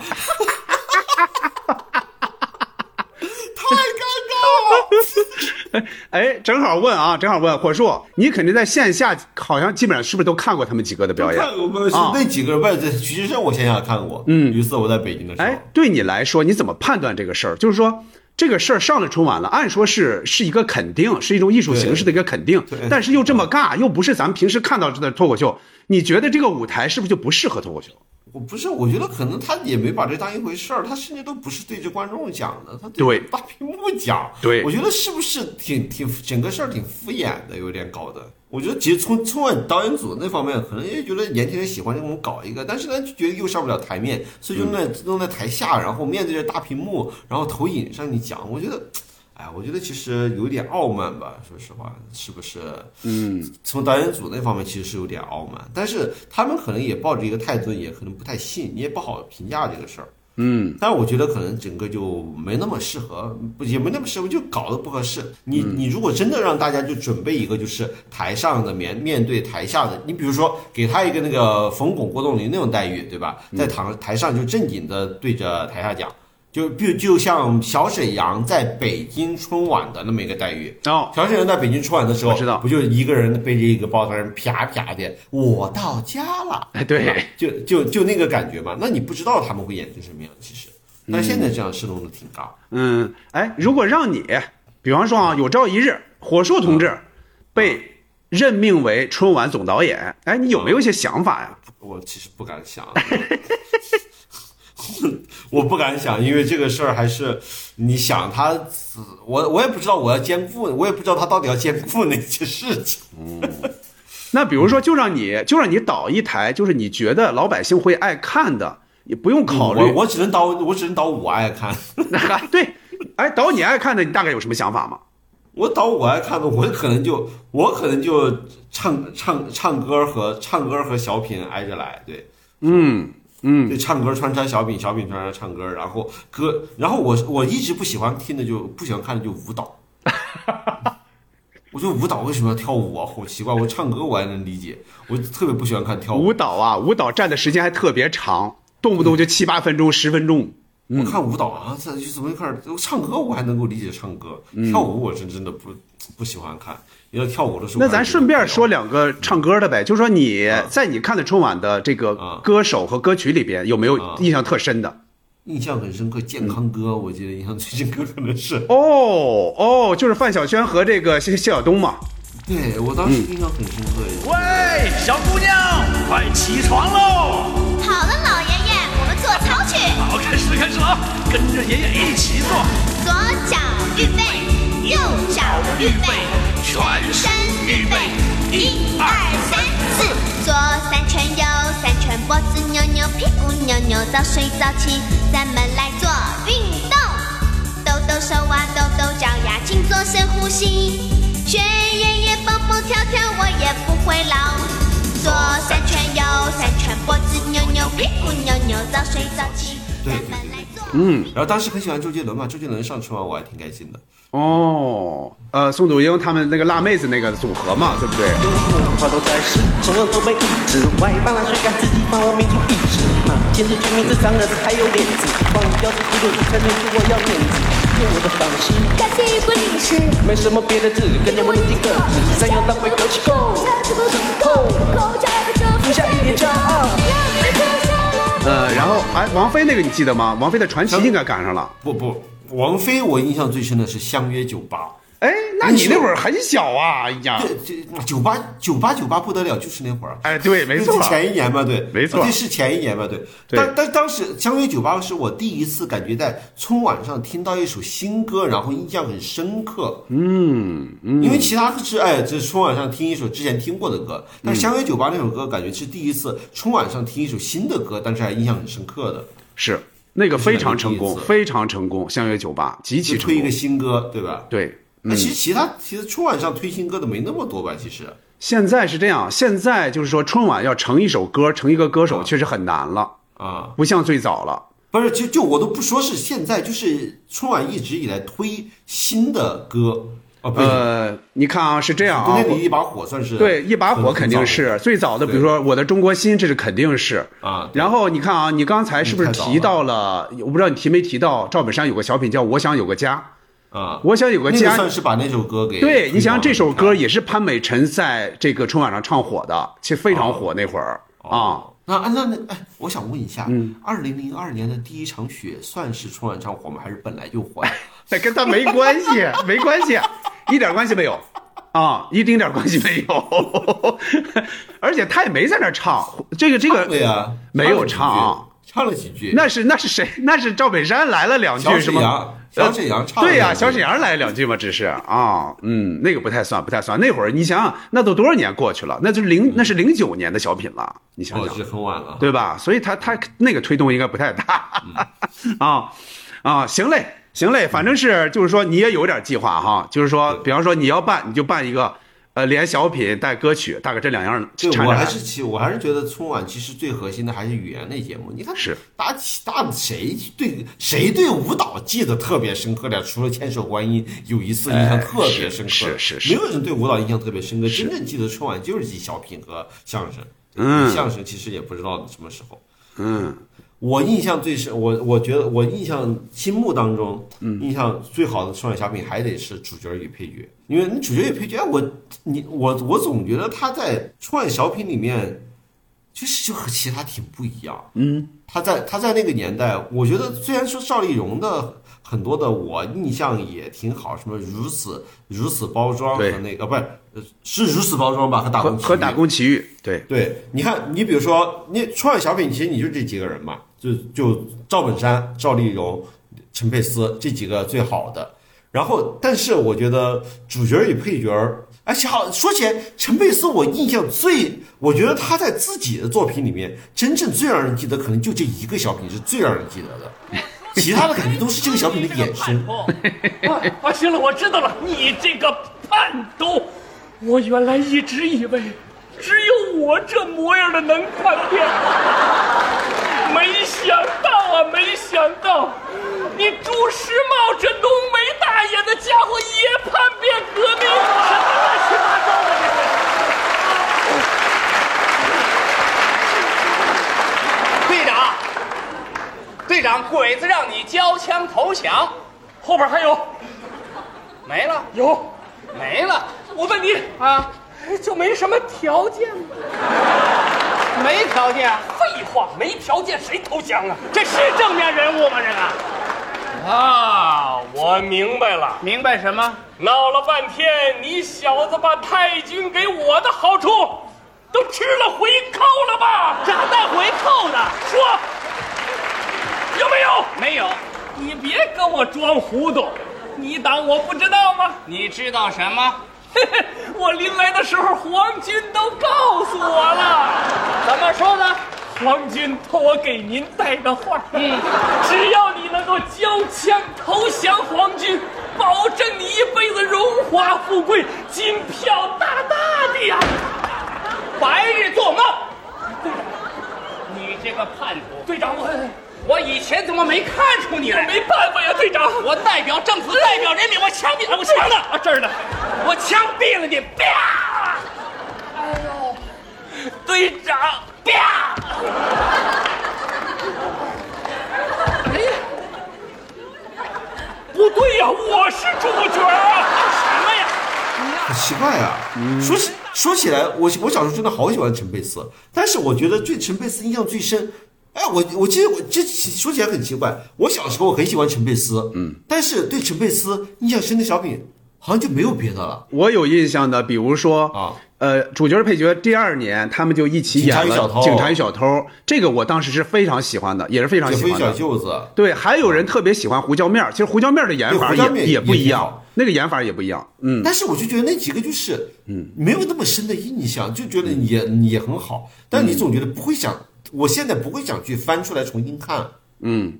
[SPEAKER 8] 哎，正好问啊，正好问火树，你肯定在线下好像基本上是不是都看过他们几个的表演？
[SPEAKER 9] 看过吗？是
[SPEAKER 8] 啊
[SPEAKER 9] 那几个人，不是徐志胜，我线下看过。嗯，有一次我在北京的时候，
[SPEAKER 8] 哎，对你来说，你怎么判断这个事儿？就是说，这个事儿上了春晚了，按说是是一个肯定，是一种艺术形式的一个肯定，但是又这么尬，又不是咱们平时看到的脱口秀，你觉得这个舞台是不是就不适合脱口秀？
[SPEAKER 9] 我不是，我觉得可能他也没把这当一回事儿，他甚至都不是对着观众讲的，他
[SPEAKER 8] 对
[SPEAKER 9] 对着大屏幕讲。
[SPEAKER 8] 对
[SPEAKER 9] 我觉得是不是挺挺整个事儿挺敷衍的，有点搞的。我觉得其实从春晚导演组那方面，可能也觉得年轻人喜欢这种搞一个，但是呢就觉得又上不了台面，所以就弄在弄在台下，然后面对着大屏幕，然后投影上你讲，我觉得。哎，我觉得其实有点傲慢吧，说实话，是不是？嗯，从导演组那方面其实是有点傲慢，但是他们可能也抱着一个态度，也可能不太信，你也不好评价这个事儿。嗯，但是我觉得可能整个就没那么适合，不也没那么适合，就搞得不合适。你、
[SPEAKER 8] 嗯
[SPEAKER 9] 你如果真的让大家就准备一个，就是台上的面面对台下的，你比如说给他一个那个冯巩、郭冬临那种待遇，对吧？
[SPEAKER 8] 嗯
[SPEAKER 9] 在台台上就正经的对着台下讲，就就就像小沈阳在北京春晚的那么一个待遇。
[SPEAKER 8] 哦，
[SPEAKER 9] 小沈阳在北京春晚的时候，
[SPEAKER 8] 我知道
[SPEAKER 9] 不就是一个人背着一个包，在那儿啪啪的，我到家了。
[SPEAKER 8] 哎，对
[SPEAKER 9] 吧，就就就那个感觉嘛。那你不知道他们会演成什么样，其实。但现在这样是弄得挺尬。
[SPEAKER 8] 嗯，
[SPEAKER 9] 嗯
[SPEAKER 8] 哎，如果让你，比方说啊，有朝一日，火树同志被任命为春晚总导演。哎，你有没有一些想法呀？
[SPEAKER 9] 我其实不敢想，啊 我不敢想，因为这个事儿还是你想他，我我也不知道我要兼顾，我也不知道他到底要兼顾哪些 事情。
[SPEAKER 8] 那比如说，就让你就让你导一台，就是你觉得老百姓会爱看的，也不用考虑。
[SPEAKER 9] 嗯我我只能导，我只能导我爱看。
[SPEAKER 8] 对，哎，导你爱看的，你大概有什么想法吗？
[SPEAKER 9] 我导我爱看的，我可能就我可能就唱唱唱歌和唱歌和小品挨着来，对，
[SPEAKER 8] 嗯嗯，
[SPEAKER 9] 对，唱歌穿插小品，小品穿插唱歌，然后歌，然后我我一直不喜欢听的就不喜欢看的就 舞蹈，我觉得舞蹈为什么要跳舞啊？好奇怪，我唱歌我还能理解，我特别不喜欢看跳舞。
[SPEAKER 8] 舞蹈啊，舞蹈占的时间还特别长，动不动
[SPEAKER 9] 嗯
[SPEAKER 8] 就七八分钟、十分钟。
[SPEAKER 9] 我看舞蹈啊，这就怎么一块儿唱歌我还能够理解唱歌，
[SPEAKER 8] 嗯
[SPEAKER 9] 跳舞我是真的不不喜欢看，因为跳舞的时候
[SPEAKER 8] 那
[SPEAKER 9] 我还
[SPEAKER 8] 咱
[SPEAKER 9] 是
[SPEAKER 8] 顺便
[SPEAKER 9] 觉得
[SPEAKER 8] 说两个唱歌的呗，就说你
[SPEAKER 9] 嗯
[SPEAKER 8] 在你看的春晚的这个歌手和歌曲里边，有没
[SPEAKER 9] 嗯
[SPEAKER 8] 有印象特深的？
[SPEAKER 9] 印象很深刻，健康歌，我记得印象最深刻可能是，
[SPEAKER 8] 哦哦，就是范晓萱和这个谢谢晓东嘛。
[SPEAKER 9] 对我当时
[SPEAKER 8] 嗯
[SPEAKER 9] 印象很深刻。
[SPEAKER 3] 喂，小姑娘，快起床喽！
[SPEAKER 7] 好了，老爷爷，我们做操去，
[SPEAKER 3] 好，开始开始了啊，跟着爷爷一起做，
[SPEAKER 7] 左脚预备，右脚预备，
[SPEAKER 3] 全身预备，
[SPEAKER 7] 一二三四，左三圈右三圈，脖子扭扭，屁股扭扭，早睡早起，咱们来做运动，抖抖手啊，抖抖脚呀，请做深呼吸，学爷爷蹦蹦跳跳，我也不会老。左三圈右三圈，脖子扭扭，屁股扭扭，早睡早起，咱
[SPEAKER 9] 对对
[SPEAKER 7] 们
[SPEAKER 9] 对
[SPEAKER 7] 来做。
[SPEAKER 8] 嗯，
[SPEAKER 9] 然后当时很喜欢周杰伦嘛，周杰伦上春晚我还挺开心的。
[SPEAKER 8] 哦，呃，宋祖英他们那个辣妹子那个组合嘛，对不对？
[SPEAKER 11] 话都在使，从头都被抑制。外帮他追赶自己帮我民族意识。啊，坚持全民这三个字还有脸子，帮我要是不做，才能说我要面子，用我的方式，
[SPEAKER 4] 感谢一国历史，
[SPEAKER 11] 没什么别的字，跟着我的个子，三幺当回狗吃够，
[SPEAKER 4] 下次不足够，口罩不遮
[SPEAKER 11] 留下一点骄傲。
[SPEAKER 4] 让你脱下了。
[SPEAKER 8] 呃，然后哎，王菲那个你记得吗？王菲的传奇应该赶上了。
[SPEAKER 9] 不不，王菲我印象最深的是《相约九八
[SPEAKER 8] 哎，那你那会儿很小啊，哎呀》，，
[SPEAKER 9] 对，这九八九八九八不得了，就是那会儿。啊
[SPEAKER 8] 哎，对，没错
[SPEAKER 9] 那是，前一年吧，对，
[SPEAKER 8] 没错
[SPEAKER 9] 啊这是前一年吧，对。
[SPEAKER 8] 对
[SPEAKER 9] 但但当时《相约九八》是我第一次感觉在春晚上听到一首新歌，然后印象很深刻。
[SPEAKER 8] 嗯嗯，
[SPEAKER 9] 因为其他是哎，这春晚上听一首之前听过的歌，
[SPEAKER 8] 嗯
[SPEAKER 9] 但是《相约九八》那首歌感觉是第一次春晚上听一首新的歌，但是还印象很深刻的，
[SPEAKER 8] 是那个非常成
[SPEAKER 9] 这是
[SPEAKER 8] 功，
[SPEAKER 9] 第一次
[SPEAKER 8] 非常成功，相约酒吧极
[SPEAKER 9] 就
[SPEAKER 8] 其成
[SPEAKER 9] 推一个
[SPEAKER 8] 功。
[SPEAKER 9] 新歌，对吧？
[SPEAKER 8] 对，
[SPEAKER 9] 那其实其他其实春晚上推新歌的没那么多吧，其实。
[SPEAKER 8] 现在是这样，现在就是说春晚要成一首歌，成一个歌手确实很难了，
[SPEAKER 9] 啊，
[SPEAKER 8] 不像最早了。
[SPEAKER 9] 不是，就就我都不说是现在，就是春晚一直以来推新的歌啊，不是，
[SPEAKER 8] 呃，你看啊，是这样啊
[SPEAKER 9] 今，天
[SPEAKER 8] 我
[SPEAKER 9] 你一把火算是
[SPEAKER 8] 对，一把火肯定是最早的，比如说《我的中国心》，这是肯定是。
[SPEAKER 9] 啊，
[SPEAKER 8] 然后你看啊，你刚才是不是
[SPEAKER 9] 太早
[SPEAKER 8] 提到了？我不知道你提没提到，赵本山有个小品叫《我想有个家》，
[SPEAKER 9] 啊，
[SPEAKER 8] 我想有
[SPEAKER 9] 那
[SPEAKER 8] 个
[SPEAKER 9] 个
[SPEAKER 8] 家。
[SPEAKER 9] 算是把那首歌给
[SPEAKER 8] 对，你
[SPEAKER 9] 推
[SPEAKER 8] 想
[SPEAKER 9] 广
[SPEAKER 8] 这
[SPEAKER 9] 了
[SPEAKER 8] 首
[SPEAKER 9] 你
[SPEAKER 8] 歌
[SPEAKER 9] 看
[SPEAKER 8] 也是潘美辰在这个春晚上唱火的，其实非常火那会儿啊。
[SPEAKER 9] 那啊那那哎，我想问一下，
[SPEAKER 8] 嗯
[SPEAKER 9] 二零零二年的第一场雪算是春晚上火吗？还是本来就火呀？
[SPEAKER 8] 那跟他没关 系，没关系，一点关系没有啊，一丁点关系没有。 而且他也没在那儿唱，这个这个
[SPEAKER 9] 对呀，
[SPEAKER 8] 没有
[SPEAKER 9] 唱
[SPEAKER 8] 唱啊
[SPEAKER 9] 了几句，唱了几句，
[SPEAKER 8] 那是那是谁？那是赵本山来了两句
[SPEAKER 9] 小
[SPEAKER 8] 是
[SPEAKER 9] 沈
[SPEAKER 8] 吗
[SPEAKER 9] 阳？
[SPEAKER 8] 呃
[SPEAKER 9] 小沈阳唱了
[SPEAKER 8] 对呀、
[SPEAKER 9] 两句
[SPEAKER 8] 小沈阳来了两句嘛，只是啊，嗯，那个不太算，不太算。那会儿你想想，那都多少年过去了？那就是
[SPEAKER 9] 嗯
[SPEAKER 8] 零，那是零九年的小品了，你想
[SPEAKER 9] 哦，
[SPEAKER 8] 想
[SPEAKER 9] 这，很晚了。
[SPEAKER 8] 对吧？所以他他那个推动应该不太大，
[SPEAKER 9] 嗯
[SPEAKER 8] 啊啊，行嘞，行嘞，反正是就是说你也有点计划哈，就是说，比方说你要办，你就办一个，呃，连小品带歌曲，大概这两样
[SPEAKER 9] 对，
[SPEAKER 8] 掺着
[SPEAKER 9] 我还
[SPEAKER 8] 来。
[SPEAKER 9] 是其我还是觉得春晚其实最核心的还是语言类节目。你看，
[SPEAKER 8] 是
[SPEAKER 9] 大起大谁对谁对舞蹈记得特别深刻的，除了千手观音有一次印象特别深
[SPEAKER 8] 哎
[SPEAKER 9] 刻，
[SPEAKER 8] 是是是是
[SPEAKER 9] 没有人对舞蹈印象特别深刻。真正记得春晚就是记小品和相声，
[SPEAKER 8] 嗯
[SPEAKER 9] 相声其实也不知道什么时候。
[SPEAKER 8] 嗯，
[SPEAKER 9] 我印象最深，我我觉得我印象心目当中，
[SPEAKER 8] 嗯
[SPEAKER 9] 印象最好的春晚小品还得是主角与配角，因为你主角与配角，哎我你我我总觉得他在春晚小品里面，就是就和其他挺不一样。嗯，他在他在那个年代，我觉得虽然说赵丽蓉的很多的我印象也挺好，什么如此如此包装和那个不是呃是如此包装吧和打工
[SPEAKER 8] 和打工奇遇，对
[SPEAKER 9] 对，你看你比如说你创业小品，其实你就这几个人嘛，就就赵本山、赵丽蓉、陈佩斯这几个最好的。然后，但是我觉得主角与配角儿，而且好说起来，陈佩斯我印象最，我觉得他在自己的作品里面，真正最让人记得，可能就这一个小品是最让人记得的，其他的感觉都是这个小品的 衍生。
[SPEAKER 1] 啊啊！行了，我知道了，你这个叛徒！我原来一直以为只有我这模样的能叛变，没想到啊，没想到，你朱时茂这浓眉大眼的家伙也叛变革命，什么乱七八糟的这是！
[SPEAKER 12] 队长，队长，鬼子让你交枪投降，
[SPEAKER 1] 后边还有，
[SPEAKER 12] 没了，
[SPEAKER 1] 有，
[SPEAKER 12] 没了，
[SPEAKER 1] 我问你啊，就没什么条件吗？
[SPEAKER 12] 没条件啊，
[SPEAKER 1] 废话，没条件谁投降啊？
[SPEAKER 12] 这是正面人物吗？这个。
[SPEAKER 1] 啊，我明白了，
[SPEAKER 12] 明白什么？
[SPEAKER 1] 闹了半天，你小子把太君给我的好处都吃了回扣了吧？
[SPEAKER 12] 炸弹回扣呢？
[SPEAKER 1] 说有没有？
[SPEAKER 12] 没有，
[SPEAKER 1] 你别跟我装糊涂，你当我不知道吗？
[SPEAKER 12] 你知道什么？
[SPEAKER 1] 嘿嘿，我临来的时候，皇军都告诉我了。
[SPEAKER 12] 怎么说呢？
[SPEAKER 1] 皇军托我给您带个话，嗯，只要你能够交枪投降皇军，保证你一辈子荣华富贵，金票大大的呀！
[SPEAKER 12] 白日做 梦！你这个叛徒！
[SPEAKER 1] 队长，我
[SPEAKER 12] 我以前怎么没看出你来？
[SPEAKER 1] 没办法呀，队长，
[SPEAKER 12] 我代表政府，代表人民，我枪毙了，我枪了
[SPEAKER 1] 啊，这儿呢，
[SPEAKER 12] 我枪毙了你！啪！
[SPEAKER 1] 哎呦，队长，
[SPEAKER 12] 啪！
[SPEAKER 1] 哎呀，不对呀，我是主角啊！
[SPEAKER 12] 什么呀？
[SPEAKER 9] 很奇怪啊，
[SPEAKER 8] 嗯
[SPEAKER 9] 说起说起来，我我小时候真的好喜欢陈佩斯，但是我觉得对陈佩斯印象最深。哎，我我记得我这说起来很奇怪，我小时候我很喜欢陈佩斯，嗯，但是对陈佩斯印象深的小品好像就没有别的了。
[SPEAKER 8] 我有印象的，比如说啊，呃，主角配角第二年他们就一起演了《警察与小偷》，这个我当时是非常喜欢的，也是非常喜欢的。
[SPEAKER 9] 小舅子，
[SPEAKER 8] 对，还有人特别喜欢胡椒面儿，其实胡椒面儿的演法也也不一样，那个演法也不一样，嗯。
[SPEAKER 9] 但是我就觉得那几个就是嗯，没有那么深的印象，就觉得也也很好，但你总觉得不会想。我现在不会想去翻出来重新看。
[SPEAKER 8] 嗯，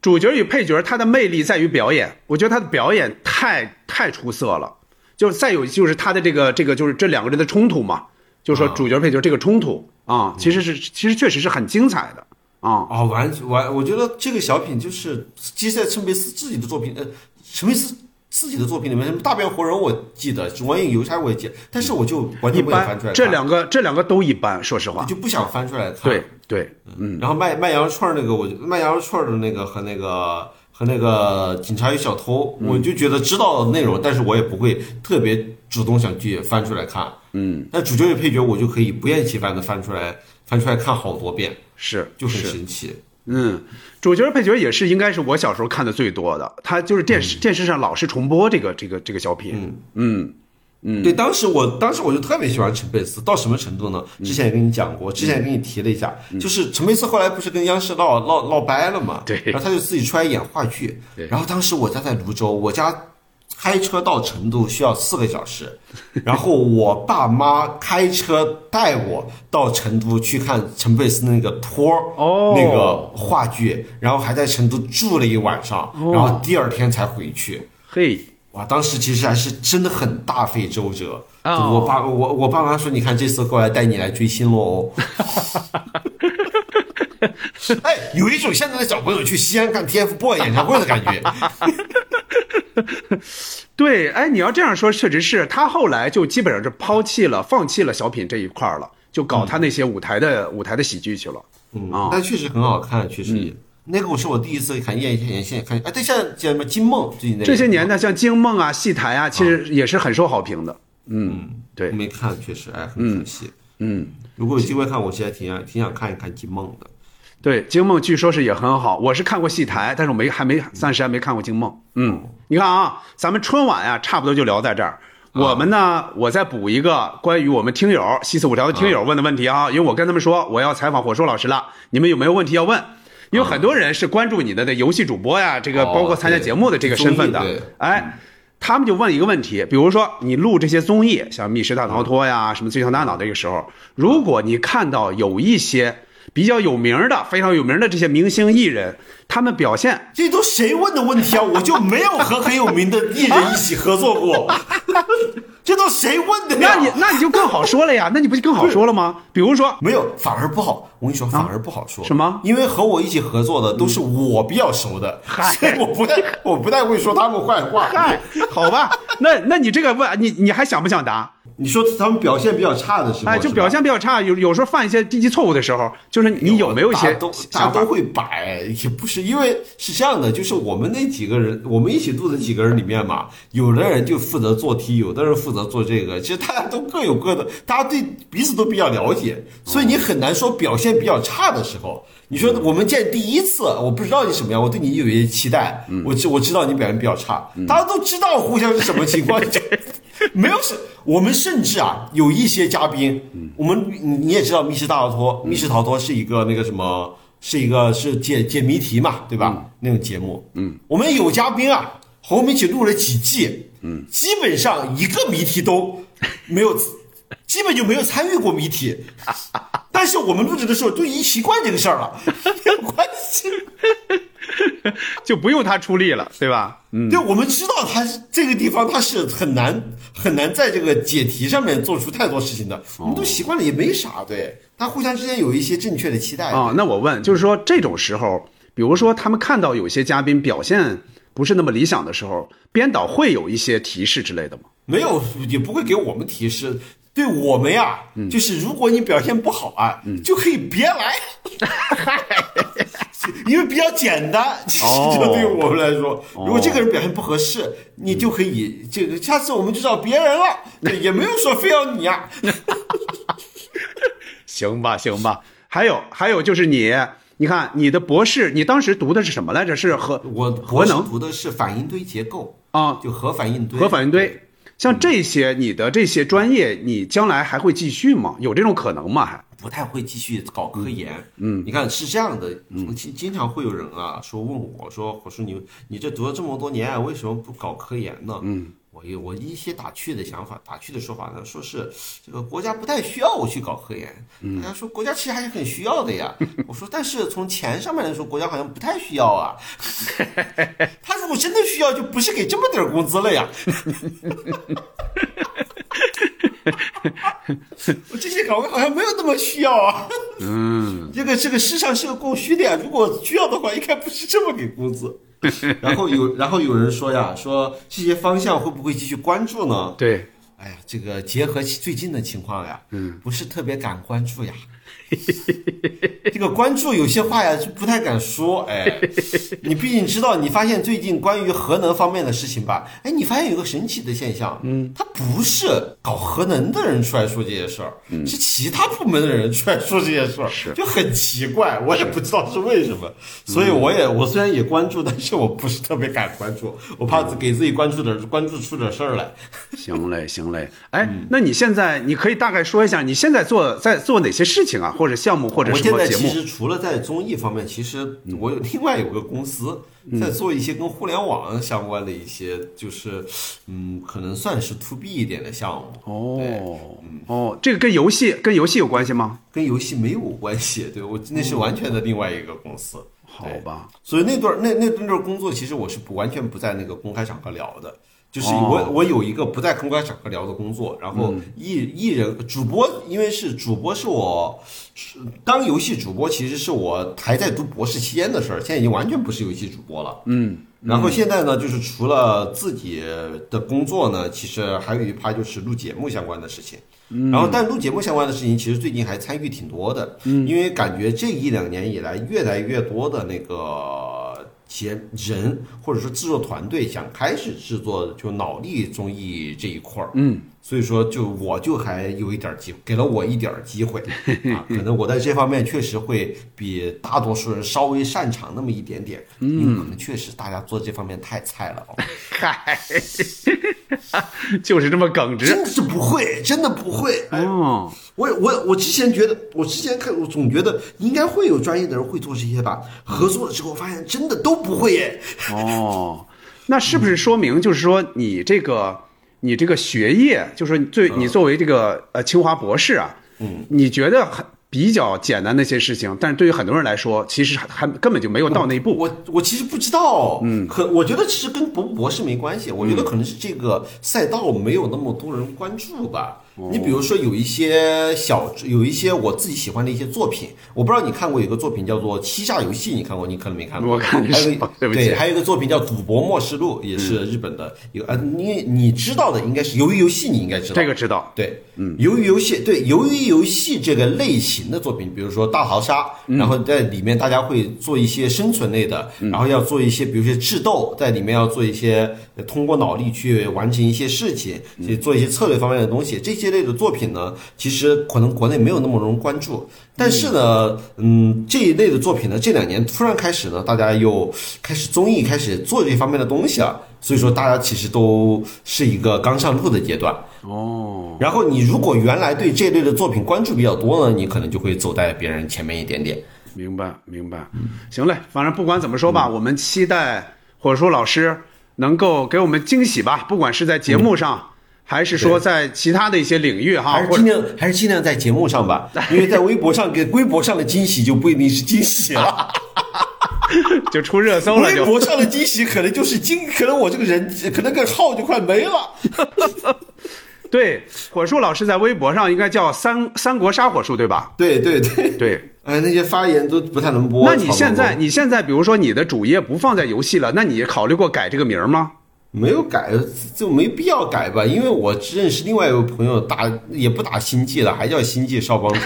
[SPEAKER 8] 主角与配角，他的魅力在于表演。我觉得他的表演太太出色了，就是再有就是他的这个这个就是这两个人的冲突嘛，就是说主角配角这个冲突啊、嗯，其实是其实确实是很精彩的啊
[SPEAKER 9] 啊、哦，完完，我觉得这个小品就是其实在陈佩斯自己的作品，呃，陈佩斯。自己的作品里面，什么《大变活人》我记得，《指环影邮差》我也记，但是我就
[SPEAKER 8] 嗯
[SPEAKER 9] 完全不想翻出来看。
[SPEAKER 8] 这两个这两个都一般，说实话，
[SPEAKER 9] 就不想翻出来看。
[SPEAKER 8] 对对，嗯。
[SPEAKER 9] 然后卖卖羊肉串那个，我卖羊肉串的那个和那个和那个警察与小偷，
[SPEAKER 8] 嗯
[SPEAKER 9] 我就觉得知道内容，但是我也不会特别主动想去翻出来看。
[SPEAKER 8] 嗯。
[SPEAKER 9] 但主角与配角，我就可以不厌其烦的翻出来翻出来看好多遍，
[SPEAKER 8] 是
[SPEAKER 9] 就很神奇。
[SPEAKER 8] 嗯，主角配角也是，应该是我小时候看的最多的。他就是电视、嗯、电视上老是重播这个这个这个小品。嗯嗯，
[SPEAKER 9] 对，当时我当时我就特别喜欢陈佩斯，到什么程度呢？之前也跟你讲过，之前也跟你提了一下，嗯、就是陈佩斯后来不是跟央视闹闹闹掰了嘛？
[SPEAKER 8] 对，
[SPEAKER 9] 然后他就自己出来演话剧。然后当时我家在泸州，我家开车到成都需要四个小时， 然后我爸妈开车带我到成都去看陈佩斯那个托儿
[SPEAKER 8] 哦，
[SPEAKER 9] 那个。话剧，然后还在成都住了一晚上，哦、然后第二天才回去。
[SPEAKER 8] 嘿，
[SPEAKER 9] 哇，当时其实还是真的很大费周折。哦、我爸我我爸妈说，你看这次过来带你来追 星喽。哎，有一种现在的小朋友去西安看 TFBOYS 演唱会的 感觉。
[SPEAKER 8] 对，哎，你要这样说，确实是他后来就基本上是抛弃了、放弃了小品这一块了，就搞他那些舞台的、嗯、舞台的喜剧去了。
[SPEAKER 9] 嗯，
[SPEAKER 8] 哦、
[SPEAKER 9] 但确实很好看，确实。嗯、那个我是我第一次看艳艳现看，哎，对，像叫什么金梦最近那个、
[SPEAKER 8] 这些年呢，像金梦啊、戏台啊，其实也是很受好评的。嗯，嗯对，
[SPEAKER 9] 没看，确实哎，很可惜。
[SPEAKER 8] 嗯，
[SPEAKER 9] 如果有机会看，我其实挺想挺想看一看金梦的。
[SPEAKER 8] 对，《惊梦》据说是也很好，我是看过戏台，但是我没还没暂时还没看过《惊梦》。嗯，你看啊，咱们春晚啊，差不多就聊在这儿。我们呢，我再补一个关于我们听友西四五条的听友问的问题啊，因为我跟他们说我要采访火树老师了，你们有没有问题要问？因为很多人是关注你的的游戏主播呀，这个包括参加节目的这个身份的
[SPEAKER 9] 哦对综艺对，
[SPEAKER 8] 哎。他们就问一个问题，比如说你录这些综艺，像《密室大逃脱》
[SPEAKER 9] 嗯
[SPEAKER 8] 呀、什么《最强大脑》这个时候，如果你看到有一些比较有名的、非常有名的这些明星艺人，他们表现
[SPEAKER 9] 这都谁问的问题啊？我就没有和很有名的艺人一起合作 过，这都谁问的哎呀？
[SPEAKER 8] 那你那你就更好说 了呀，那你不就更好说了吗？比如说，
[SPEAKER 9] 没有，反而不好。我跟你说，反而不好说。
[SPEAKER 8] 什么？
[SPEAKER 9] 因为和我一起合作的都是我比较熟的，所以我不太我不太会说他们坏话。
[SPEAKER 8] 嗨，哎好吧，那那你这个问你你还想不想答？
[SPEAKER 9] 你说他们表现比较差的时候，
[SPEAKER 8] 哎，就表现比较差，有有时候犯一些低级错误的时候，就是你有没有一
[SPEAKER 9] 大
[SPEAKER 8] 些
[SPEAKER 9] 家都大家
[SPEAKER 8] 想法
[SPEAKER 9] 都？会摆，也不是因为是这样的，就是我们那几个人，我们一起住的几个人里面嘛，有的人就负责做题，有的人负责做这个，其实大家都各有各的，大家对彼此都比较了解，所以你很难说表现比较差的时候。你说我们见第一次，我不知道你什么样，我对你有一些期待，我知我知道你表现比较差，大家都知道互相是什么情况， 就没有是，我们甚至啊有一些嘉宾，我们你你也知道密室大逃脱，密室逃脱是一个那个什么，是一个是解解谜题嘛，对吧？那种节目，嗯，我们有嘉宾啊，和我们一起录了几季，嗯，基本上一个谜题 都没有，基本就没有参与过谜 题。但是我们录制的时候就已经习惯这个事儿 了，没有关系。
[SPEAKER 8] 就不用他出力了，对吧？嗯，
[SPEAKER 9] 对，我们知道他是这个地方他是很难很难在这个解题上面做出太多事情
[SPEAKER 8] 哦
[SPEAKER 9] 的，我们都习惯了，也没啥。对，他互相之间有一些正确的期待。
[SPEAKER 8] 啊、那我问，就是说这种时候，比如说他们看到有些嘉宾表现不是那么理想的时候，编导会有一些提示之类的吗？
[SPEAKER 9] 没有，也不会给我们提示。对我们呀、
[SPEAKER 8] 嗯
[SPEAKER 9] 就是如果你表现不好啊，就可以 别来，因为比较简单。其实
[SPEAKER 8] 哦
[SPEAKER 9] 这对于我们来说，如果这个人表现不合适，你
[SPEAKER 8] 嗯
[SPEAKER 9] 就可以这个下次我们就找别人了，对也没有说非要你啊呀、
[SPEAKER 8] 行吧，行吧。还有还有就是你，你看你的博士，你当时读的是什么来着？是核
[SPEAKER 9] 我
[SPEAKER 8] 核能
[SPEAKER 9] 读的是反应堆结构
[SPEAKER 8] 啊，
[SPEAKER 9] 就核反应堆。
[SPEAKER 8] 核反应堆。像
[SPEAKER 9] 嗯
[SPEAKER 8] 这些你的这些专业，你将来还会继续吗？有这种可能吗？还
[SPEAKER 9] 不太会继续搞科研。
[SPEAKER 8] 嗯
[SPEAKER 9] 你看是这样的，嗯经经常会有人啊说问我说，火叔你你这读了这么多年，为什么不搞科研呢？嗯。我有我一些打趣的想法，打趣的说法呢，说是这个国家不太需要我去搞科研，
[SPEAKER 8] 嗯
[SPEAKER 9] 大家说国家其实还是很需要 的呀。我说，但是从钱上面来说，国家好像不太需要啊。他如果真的需要，就不是给这么点儿工资了呀。 我这些岗位好像没有那么需要啊。
[SPEAKER 8] 嗯，
[SPEAKER 9] 这个这个市场是有供需的呀，如果需要的话，应该不是这么给工资。然后有然后有人说呀，说这些方向会不会继续关注呢？
[SPEAKER 8] 对，
[SPEAKER 9] 哎呀，这个结合最近的情况呀，嗯，不是特别敢关注呀。 这个关注有些话呀就不太敢说，哎，你毕竟知道，你发现最近关于核能方面的事情吧，哎，你发现有个神奇的现象，嗯，他不是搞核能的人出来说这些事儿，是其他部门的人出来说这些事儿，嗯是就很奇怪，我也不知道是嗯为什么，所以我也我虽然也关注，但是我不是特别敢关注，我怕给自己关注点关注出点事儿来。
[SPEAKER 8] 行嘞，行嘞。哎，
[SPEAKER 9] 嗯
[SPEAKER 8] 那你现在你可以大概说一下，你现在做在做哪些事情啊，或者项目，或者
[SPEAKER 9] 我
[SPEAKER 8] 什
[SPEAKER 9] 现
[SPEAKER 8] 么
[SPEAKER 9] 在
[SPEAKER 8] 节
[SPEAKER 9] 其
[SPEAKER 8] 目？
[SPEAKER 9] 实除了在综艺方面，其实我有另外有个公司
[SPEAKER 8] 嗯
[SPEAKER 9] 在做一些跟互联网相关的一些，就是嗯，可能算是 to B 一点的项目。
[SPEAKER 8] 哦，哦，这个跟游戏跟游戏有关系吗？
[SPEAKER 9] 跟游戏没有关系，对我那是完全的另外一个公司。
[SPEAKER 8] 哦好吧，
[SPEAKER 9] 所以那段那那那段工作，其实我是不完全不在那个公开场合聊的，就是
[SPEAKER 8] 哦嗯
[SPEAKER 9] 我、我有一个不在公开场合聊的工作，然后艺艺人主播，因为是主播是我是当游戏主播，其实是我还在读博士期间的事儿，现在已经完全不是游戏主播了。
[SPEAKER 8] 嗯，
[SPEAKER 9] 然后现在呢，就是除了自己的工作呢，其实还有一趴就是录节目相关的事情。然后，但录节目相关的事情，其实最近还参与挺多的，因为感觉这一两年以来，越来越多的那个些人或者说制作团队想开始制作就脑力综艺这一块儿，
[SPEAKER 8] 嗯，
[SPEAKER 9] 所以说就我就还有一点儿机会，给了我一点儿机会啊，可能我在这方面确实会比大多数人稍微擅长那么一点点，因为可能确实大家做这方面太菜了、哦，
[SPEAKER 8] 嗨， 就是这么耿直，
[SPEAKER 9] 真的是不会，真的不会。哎，我我我之前觉得，我之前看，我总觉得应该会有专业的人会做这些吧。合作了之后，发现真的都不会耶。
[SPEAKER 8] 哦，那是不是说明就是说你这个你这个学业，就是说你最你作为这个呃清华博士啊，
[SPEAKER 9] 嗯，
[SPEAKER 8] 你觉得很比较简单的一些事情，但是对于很多人来说，其实还还根本就没有到那一步。
[SPEAKER 9] 嗯我我其实不知道，嗯，可我觉得其实跟博不博士没关系，我觉得可能是这个赛道没有那么多人关注吧。
[SPEAKER 8] 哦
[SPEAKER 9] 你比如说有一些小，有一些我自己喜欢的一些作品，我不知道你看过有一个作品叫做《欺诈游戏》，你看过？你可能没看过。
[SPEAKER 8] 我看的是哦
[SPEAKER 9] 还有一
[SPEAKER 8] 对不起嗯
[SPEAKER 9] 还有一个作品叫《赌博默示录》，也是日本的一个。呃，你你知道的应该是《鱿鱼游戏》，你应该知道。
[SPEAKER 8] 这个知道，
[SPEAKER 9] 对，嗯，鱿鱼游戏对鱿鱼游戏这个类型的作品，比如说大逃杀，然后在里面大家会做一些生存类的，然后要做一些，比如说智斗，在里面要做一些呃通过脑力去完成一些事情，去做一些策略方面的东西。这些类的作品呢，其实可能国内没有那么容易关注，但是呢，嗯，这一类的作品呢，这两年突然开始呢，大家又开始综艺开始做这方面的东西了。所以说，大家其实都是一个刚上路的阶段。
[SPEAKER 8] 哦，
[SPEAKER 9] 然后你如果原来对这类的作品关注比较多呢，你可能就会走在别人前面一点点。
[SPEAKER 8] 明白明白。行嘞，反正不管怎么说吧，
[SPEAKER 9] 嗯
[SPEAKER 8] 我们期待火叔老师能够给我们惊喜吧，不管是在节目上，还是说在其他的一些领域哈，
[SPEAKER 9] 嗯还是
[SPEAKER 8] 啊或者
[SPEAKER 9] 尽量还是尽量在节目 上吧，因为在微博上给微博上的惊喜就不一定是惊喜了，
[SPEAKER 8] 就出热搜了
[SPEAKER 9] 微
[SPEAKER 8] 啊就。
[SPEAKER 9] 博上的惊喜可能就是惊，可能我这个人可能个号就快没了。
[SPEAKER 8] 对，火树老师在微博上应该叫三三国杀火树对吧？
[SPEAKER 9] 对对对
[SPEAKER 8] 对。
[SPEAKER 9] 哎，那些发言都不太能播。
[SPEAKER 8] 那你
[SPEAKER 9] 草
[SPEAKER 8] 现
[SPEAKER 9] 莓
[SPEAKER 8] 在你现在比如说你的主页不放在游戏了，那你考虑过改这个名儿吗？
[SPEAKER 9] 没有改就没必要改吧，因为我认识另外一个朋友打也不打星际了，还叫星际少帮手。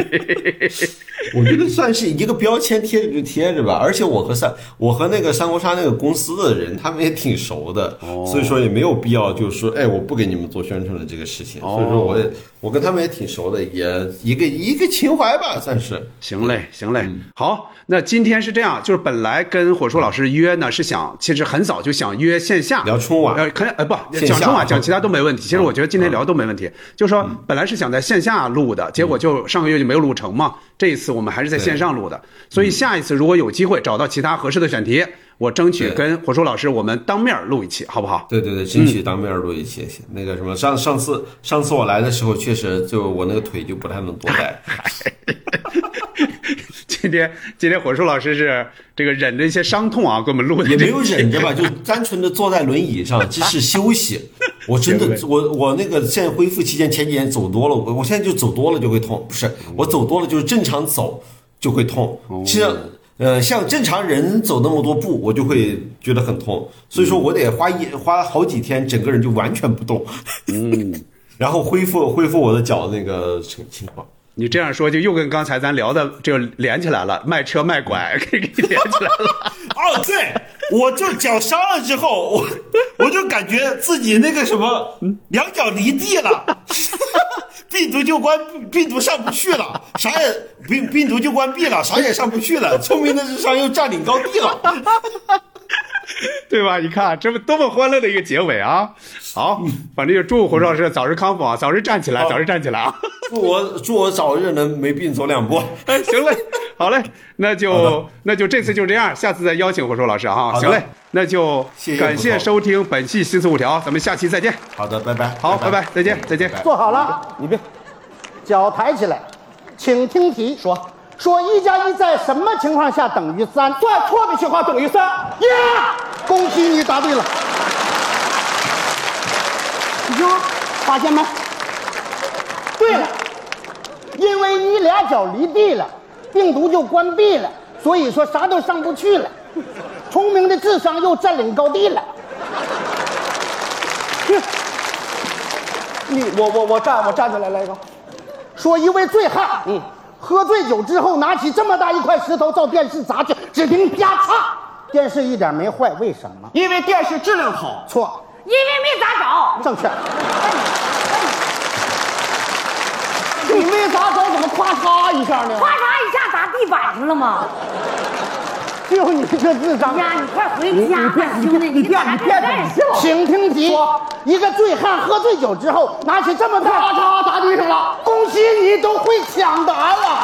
[SPEAKER 9] 我觉得算是一个标签贴着就贴着吧，而且我和三我和那个三国杀那个公司的人，他们也挺熟的，所以说也没有必要就是说，哎，我不给你们做宣传的这个事情，所以说我也我跟他们也挺熟的，也一个一个情怀吧，算是。
[SPEAKER 8] 行
[SPEAKER 9] 嗯
[SPEAKER 8] 嘞，行嘞，好，那今天是这样，就是本来跟火树老师约呢，是想其实很早就想约线下
[SPEAKER 9] 聊春晚
[SPEAKER 8] 呃，可呃不
[SPEAKER 9] 线下
[SPEAKER 8] 讲春晚，
[SPEAKER 9] 嗯
[SPEAKER 8] 讲其他都没问题。其实我觉得今天聊都没问题，就说本来是想在线下录的，结果就上个月就没有录成嘛，这一次我们还是在线上录的，所以下一次如果有机会找到其他合适的选题，我争取
[SPEAKER 9] 对
[SPEAKER 8] 跟火树老师我们当面录一期，好不好？
[SPEAKER 9] 对对对，争取当面录一些。那个什么，上上次上次我来的时候，确实就我那个腿就不太能多带。
[SPEAKER 8] 今天今天火树老师是这个忍着一些伤痛啊，给我们录的
[SPEAKER 9] 也
[SPEAKER 8] 这
[SPEAKER 9] 没有
[SPEAKER 8] 期
[SPEAKER 9] 忍着吧，就单纯的坐在轮椅上，这是 休息。我真的，我我那个现在恢复期间，前几天走多了，我我现在就走多了就会痛，不是
[SPEAKER 8] 嗯
[SPEAKER 9] 我走多了就是正常走就会痛，
[SPEAKER 8] 哦
[SPEAKER 9] 像呃像正常人走那么多步，我就会觉得很痛，所以说我得花一花好几天，整个人就完全不动，
[SPEAKER 8] 嗯，
[SPEAKER 9] 然后恢复恢复我的脚那个情情况。
[SPEAKER 8] 你这样说就又跟刚才咱聊的就连起来了，卖车卖 拐给给你连起来了。
[SPEAKER 9] 哦，对，我就脚伤了之后，我我就感觉自己那个什么，两脚离地了， 病毒就关，病毒上不去了，啥也病病毒就关闭了，啥也上不去了，聪明的智商又占领高地了。
[SPEAKER 8] 对吧？你看，这么多么欢乐的一个结尾啊！好，
[SPEAKER 9] 嗯
[SPEAKER 8] 反正就祝胡老师早日康复啊，早日站起来，早日站起来啊！
[SPEAKER 9] 祝我祝我早日能没病走两步。
[SPEAKER 8] 哎，行嘞，好嘞，那就那就这次就这样，下次再邀请胡硕老师啊哈、
[SPEAKER 9] 好的
[SPEAKER 8] 行嘞，那就
[SPEAKER 9] 谢谢
[SPEAKER 8] 感
[SPEAKER 9] 胡
[SPEAKER 8] 谢
[SPEAKER 9] 总
[SPEAKER 8] 收听本期《新四五条》，咱们下期再见。
[SPEAKER 9] 好的，拜拜。
[SPEAKER 8] 好，拜拜，再见，再见。
[SPEAKER 2] 坐好了啊，你别，脚抬起来，请听题。说说一加一在什么情况下等于三？算错的情况等于三。耶、恭喜你答对了。你听，啊发现没？对了，因为你俩脚离地了，病毒就关闭了，所以说啥都上不去了。聪明的智商又占领高地了。你我我我站我站起来来一个，说一位醉汉，嗯，喝醉酒之后拿起这么大一块石头照电视砸去，只听啪嚓，电视一点没坏，为什么？
[SPEAKER 13] 因为电视质量好。
[SPEAKER 2] 错，
[SPEAKER 14] 因为没咋找。
[SPEAKER 2] 正确。你没咋找，怎么夸嚓一下呢？
[SPEAKER 6] 咔嚓一下砸地板上了吗？
[SPEAKER 2] 就你这智商！
[SPEAKER 6] 呀，你快回家吧，兄弟，
[SPEAKER 2] 你
[SPEAKER 6] 你咋
[SPEAKER 2] 变你变
[SPEAKER 6] 干这事儿
[SPEAKER 2] 请听题：一个醉汉喝醉酒之后，拿起这么大，咔嚓砸地上了。恭喜你都会抢答了。